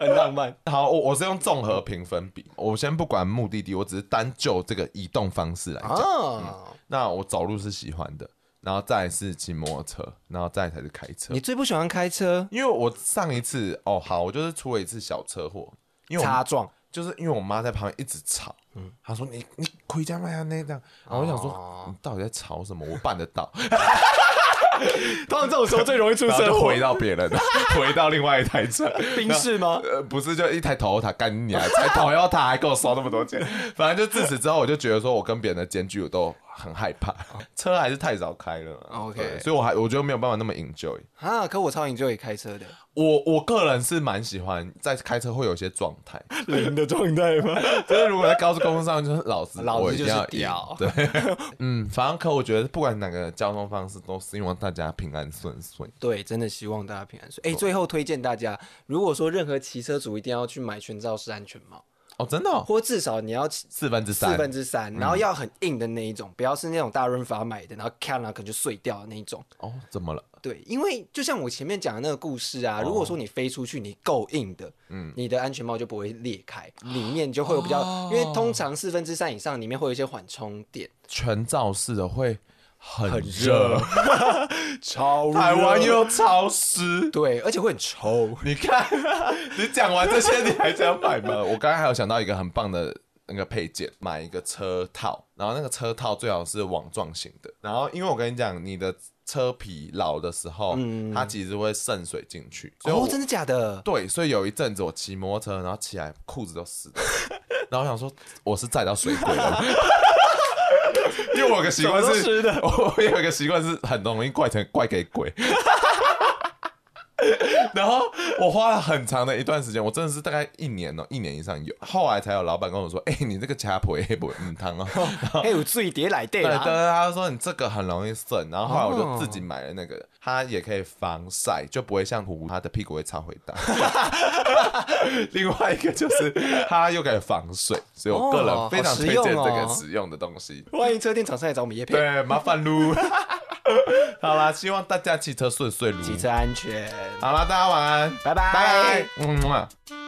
[SPEAKER 1] 很浪 <laughs> 漫。
[SPEAKER 2] 好，我我是用综合评分比，我先不管目的地，我只是单就这个移动方式来讲。
[SPEAKER 1] 哦，
[SPEAKER 2] 那我走路是喜欢的，然后再来是骑摩托车，然后再来才是开车
[SPEAKER 1] 你。最不喜欢开车？
[SPEAKER 2] 因为我上一次哦，好，我就是出了一次小车祸，因为我
[SPEAKER 1] 擦撞，
[SPEAKER 2] 就是因为我妈在旁边一直吵，嗯，她说你你回家卖啊那这样，然后我想说、
[SPEAKER 1] 哦 <laughs>
[SPEAKER 2] 你到底在吵什么？我办得到，
[SPEAKER 1] 通常这种时候最容易出
[SPEAKER 2] 然后
[SPEAKER 1] 车
[SPEAKER 2] 就
[SPEAKER 1] <laughs> 祸
[SPEAKER 2] 回。到别人的， <laughs> 回到另外一台车，
[SPEAKER 1] 宾士 <laughs> 吗？
[SPEAKER 2] <laughs> 呃，不是，就一台 Toyota 干你啊，才 Toyota 还给我收那么多钱， <laughs> 反正就自此之后，我就觉得说我跟别人的间距我都很害怕，车还是太早开了嘛
[SPEAKER 1] 哦 OK
[SPEAKER 2] 对所以我还我觉得没有办法那么 enjoy。
[SPEAKER 1] 啊，可我超你就会开车的，
[SPEAKER 2] 我我个人是蛮喜欢在开车会有一些状态，
[SPEAKER 1] 零的状态吗？
[SPEAKER 2] 就是如果在高速公路上，就是老子
[SPEAKER 1] 老子
[SPEAKER 2] 我一定要
[SPEAKER 1] 就是屌
[SPEAKER 2] 赢 <laughs> 对，嗯，反正可我觉得不管哪个交通方式，都希望大家平安顺遂。
[SPEAKER 1] 对，真的希望大家平安顺。
[SPEAKER 2] 哦
[SPEAKER 1] 哎、最后推荐大家，如果说任何骑车族一定要去买全罩式安全帽，
[SPEAKER 2] 哦，真的、哦，嗯
[SPEAKER 1] 或至少你要骑
[SPEAKER 2] 四分之三，
[SPEAKER 1] 四分之三，然后要很硬的那一种，不要是那种大润发买的，然后看了可能就碎掉的那一种。
[SPEAKER 2] 哦，怎么了？
[SPEAKER 1] 对，因为就像我前面讲的那个故事
[SPEAKER 2] 哦
[SPEAKER 1] 啊，如果说你飞出去，你够硬的，嗯，你的安全帽就不会裂开，
[SPEAKER 2] 哦
[SPEAKER 1] 里面就会有比较，因为通常四分之三以上里面会有一些缓冲点，
[SPEAKER 2] 全罩式的会很
[SPEAKER 1] 很
[SPEAKER 2] 热，
[SPEAKER 1] 热 <laughs> 超
[SPEAKER 2] 台湾又潮湿。
[SPEAKER 1] 对，而且会很臭。
[SPEAKER 2] 你看， <laughs> 你讲完这些，你还想买吗？ <laughs> 我刚才还有想到一个很棒的那个配件，买一个车套，然后那个车套最好是网状型的。然后，因为我跟你讲，你的车皮老的时候，它其实会渗水进去。所以我
[SPEAKER 1] 哦，真的假的？
[SPEAKER 2] 对，所以有一阵子我骑摩托车，然后起来裤子都湿 <laughs> 了，然后我想说我是载到水鬼 <laughs> 了。因为我有个习惯
[SPEAKER 1] 怎么
[SPEAKER 2] 是
[SPEAKER 1] 都湿的
[SPEAKER 2] <laughs> 我有一个习惯是很容易怪成怪给鬼。 <laughs> 然后我花了很长的一段时间，我真的是大概一年哦、一年以上有。后来才有老板跟我说：“哎、你这个卡普黑不嗯汤
[SPEAKER 1] <laughs>
[SPEAKER 2] 哦。”
[SPEAKER 1] 还有醉碟来啊对
[SPEAKER 2] 对，
[SPEAKER 1] 啦
[SPEAKER 2] 但，是他说你这个很容易渗，然后后来我就自己买了那
[SPEAKER 1] 哦
[SPEAKER 2] 个，它也可以防晒，就不会像虎它的屁股会超回荡。 <laughs> 另外一个就是它又可以防水，所以我个人非常推荐这
[SPEAKER 1] 哦
[SPEAKER 2] 个
[SPEAKER 1] 好实
[SPEAKER 2] 实用的东西。
[SPEAKER 1] 万一车店厂商来找我们叶啊配，
[SPEAKER 2] 对，麻烦噜。 <laughs> 好啦，希望大家骑车顺遂噜。
[SPEAKER 1] 骑车安全。
[SPEAKER 2] 好啦，大家晚安，
[SPEAKER 1] 拜拜
[SPEAKER 2] 拜拜，嗯。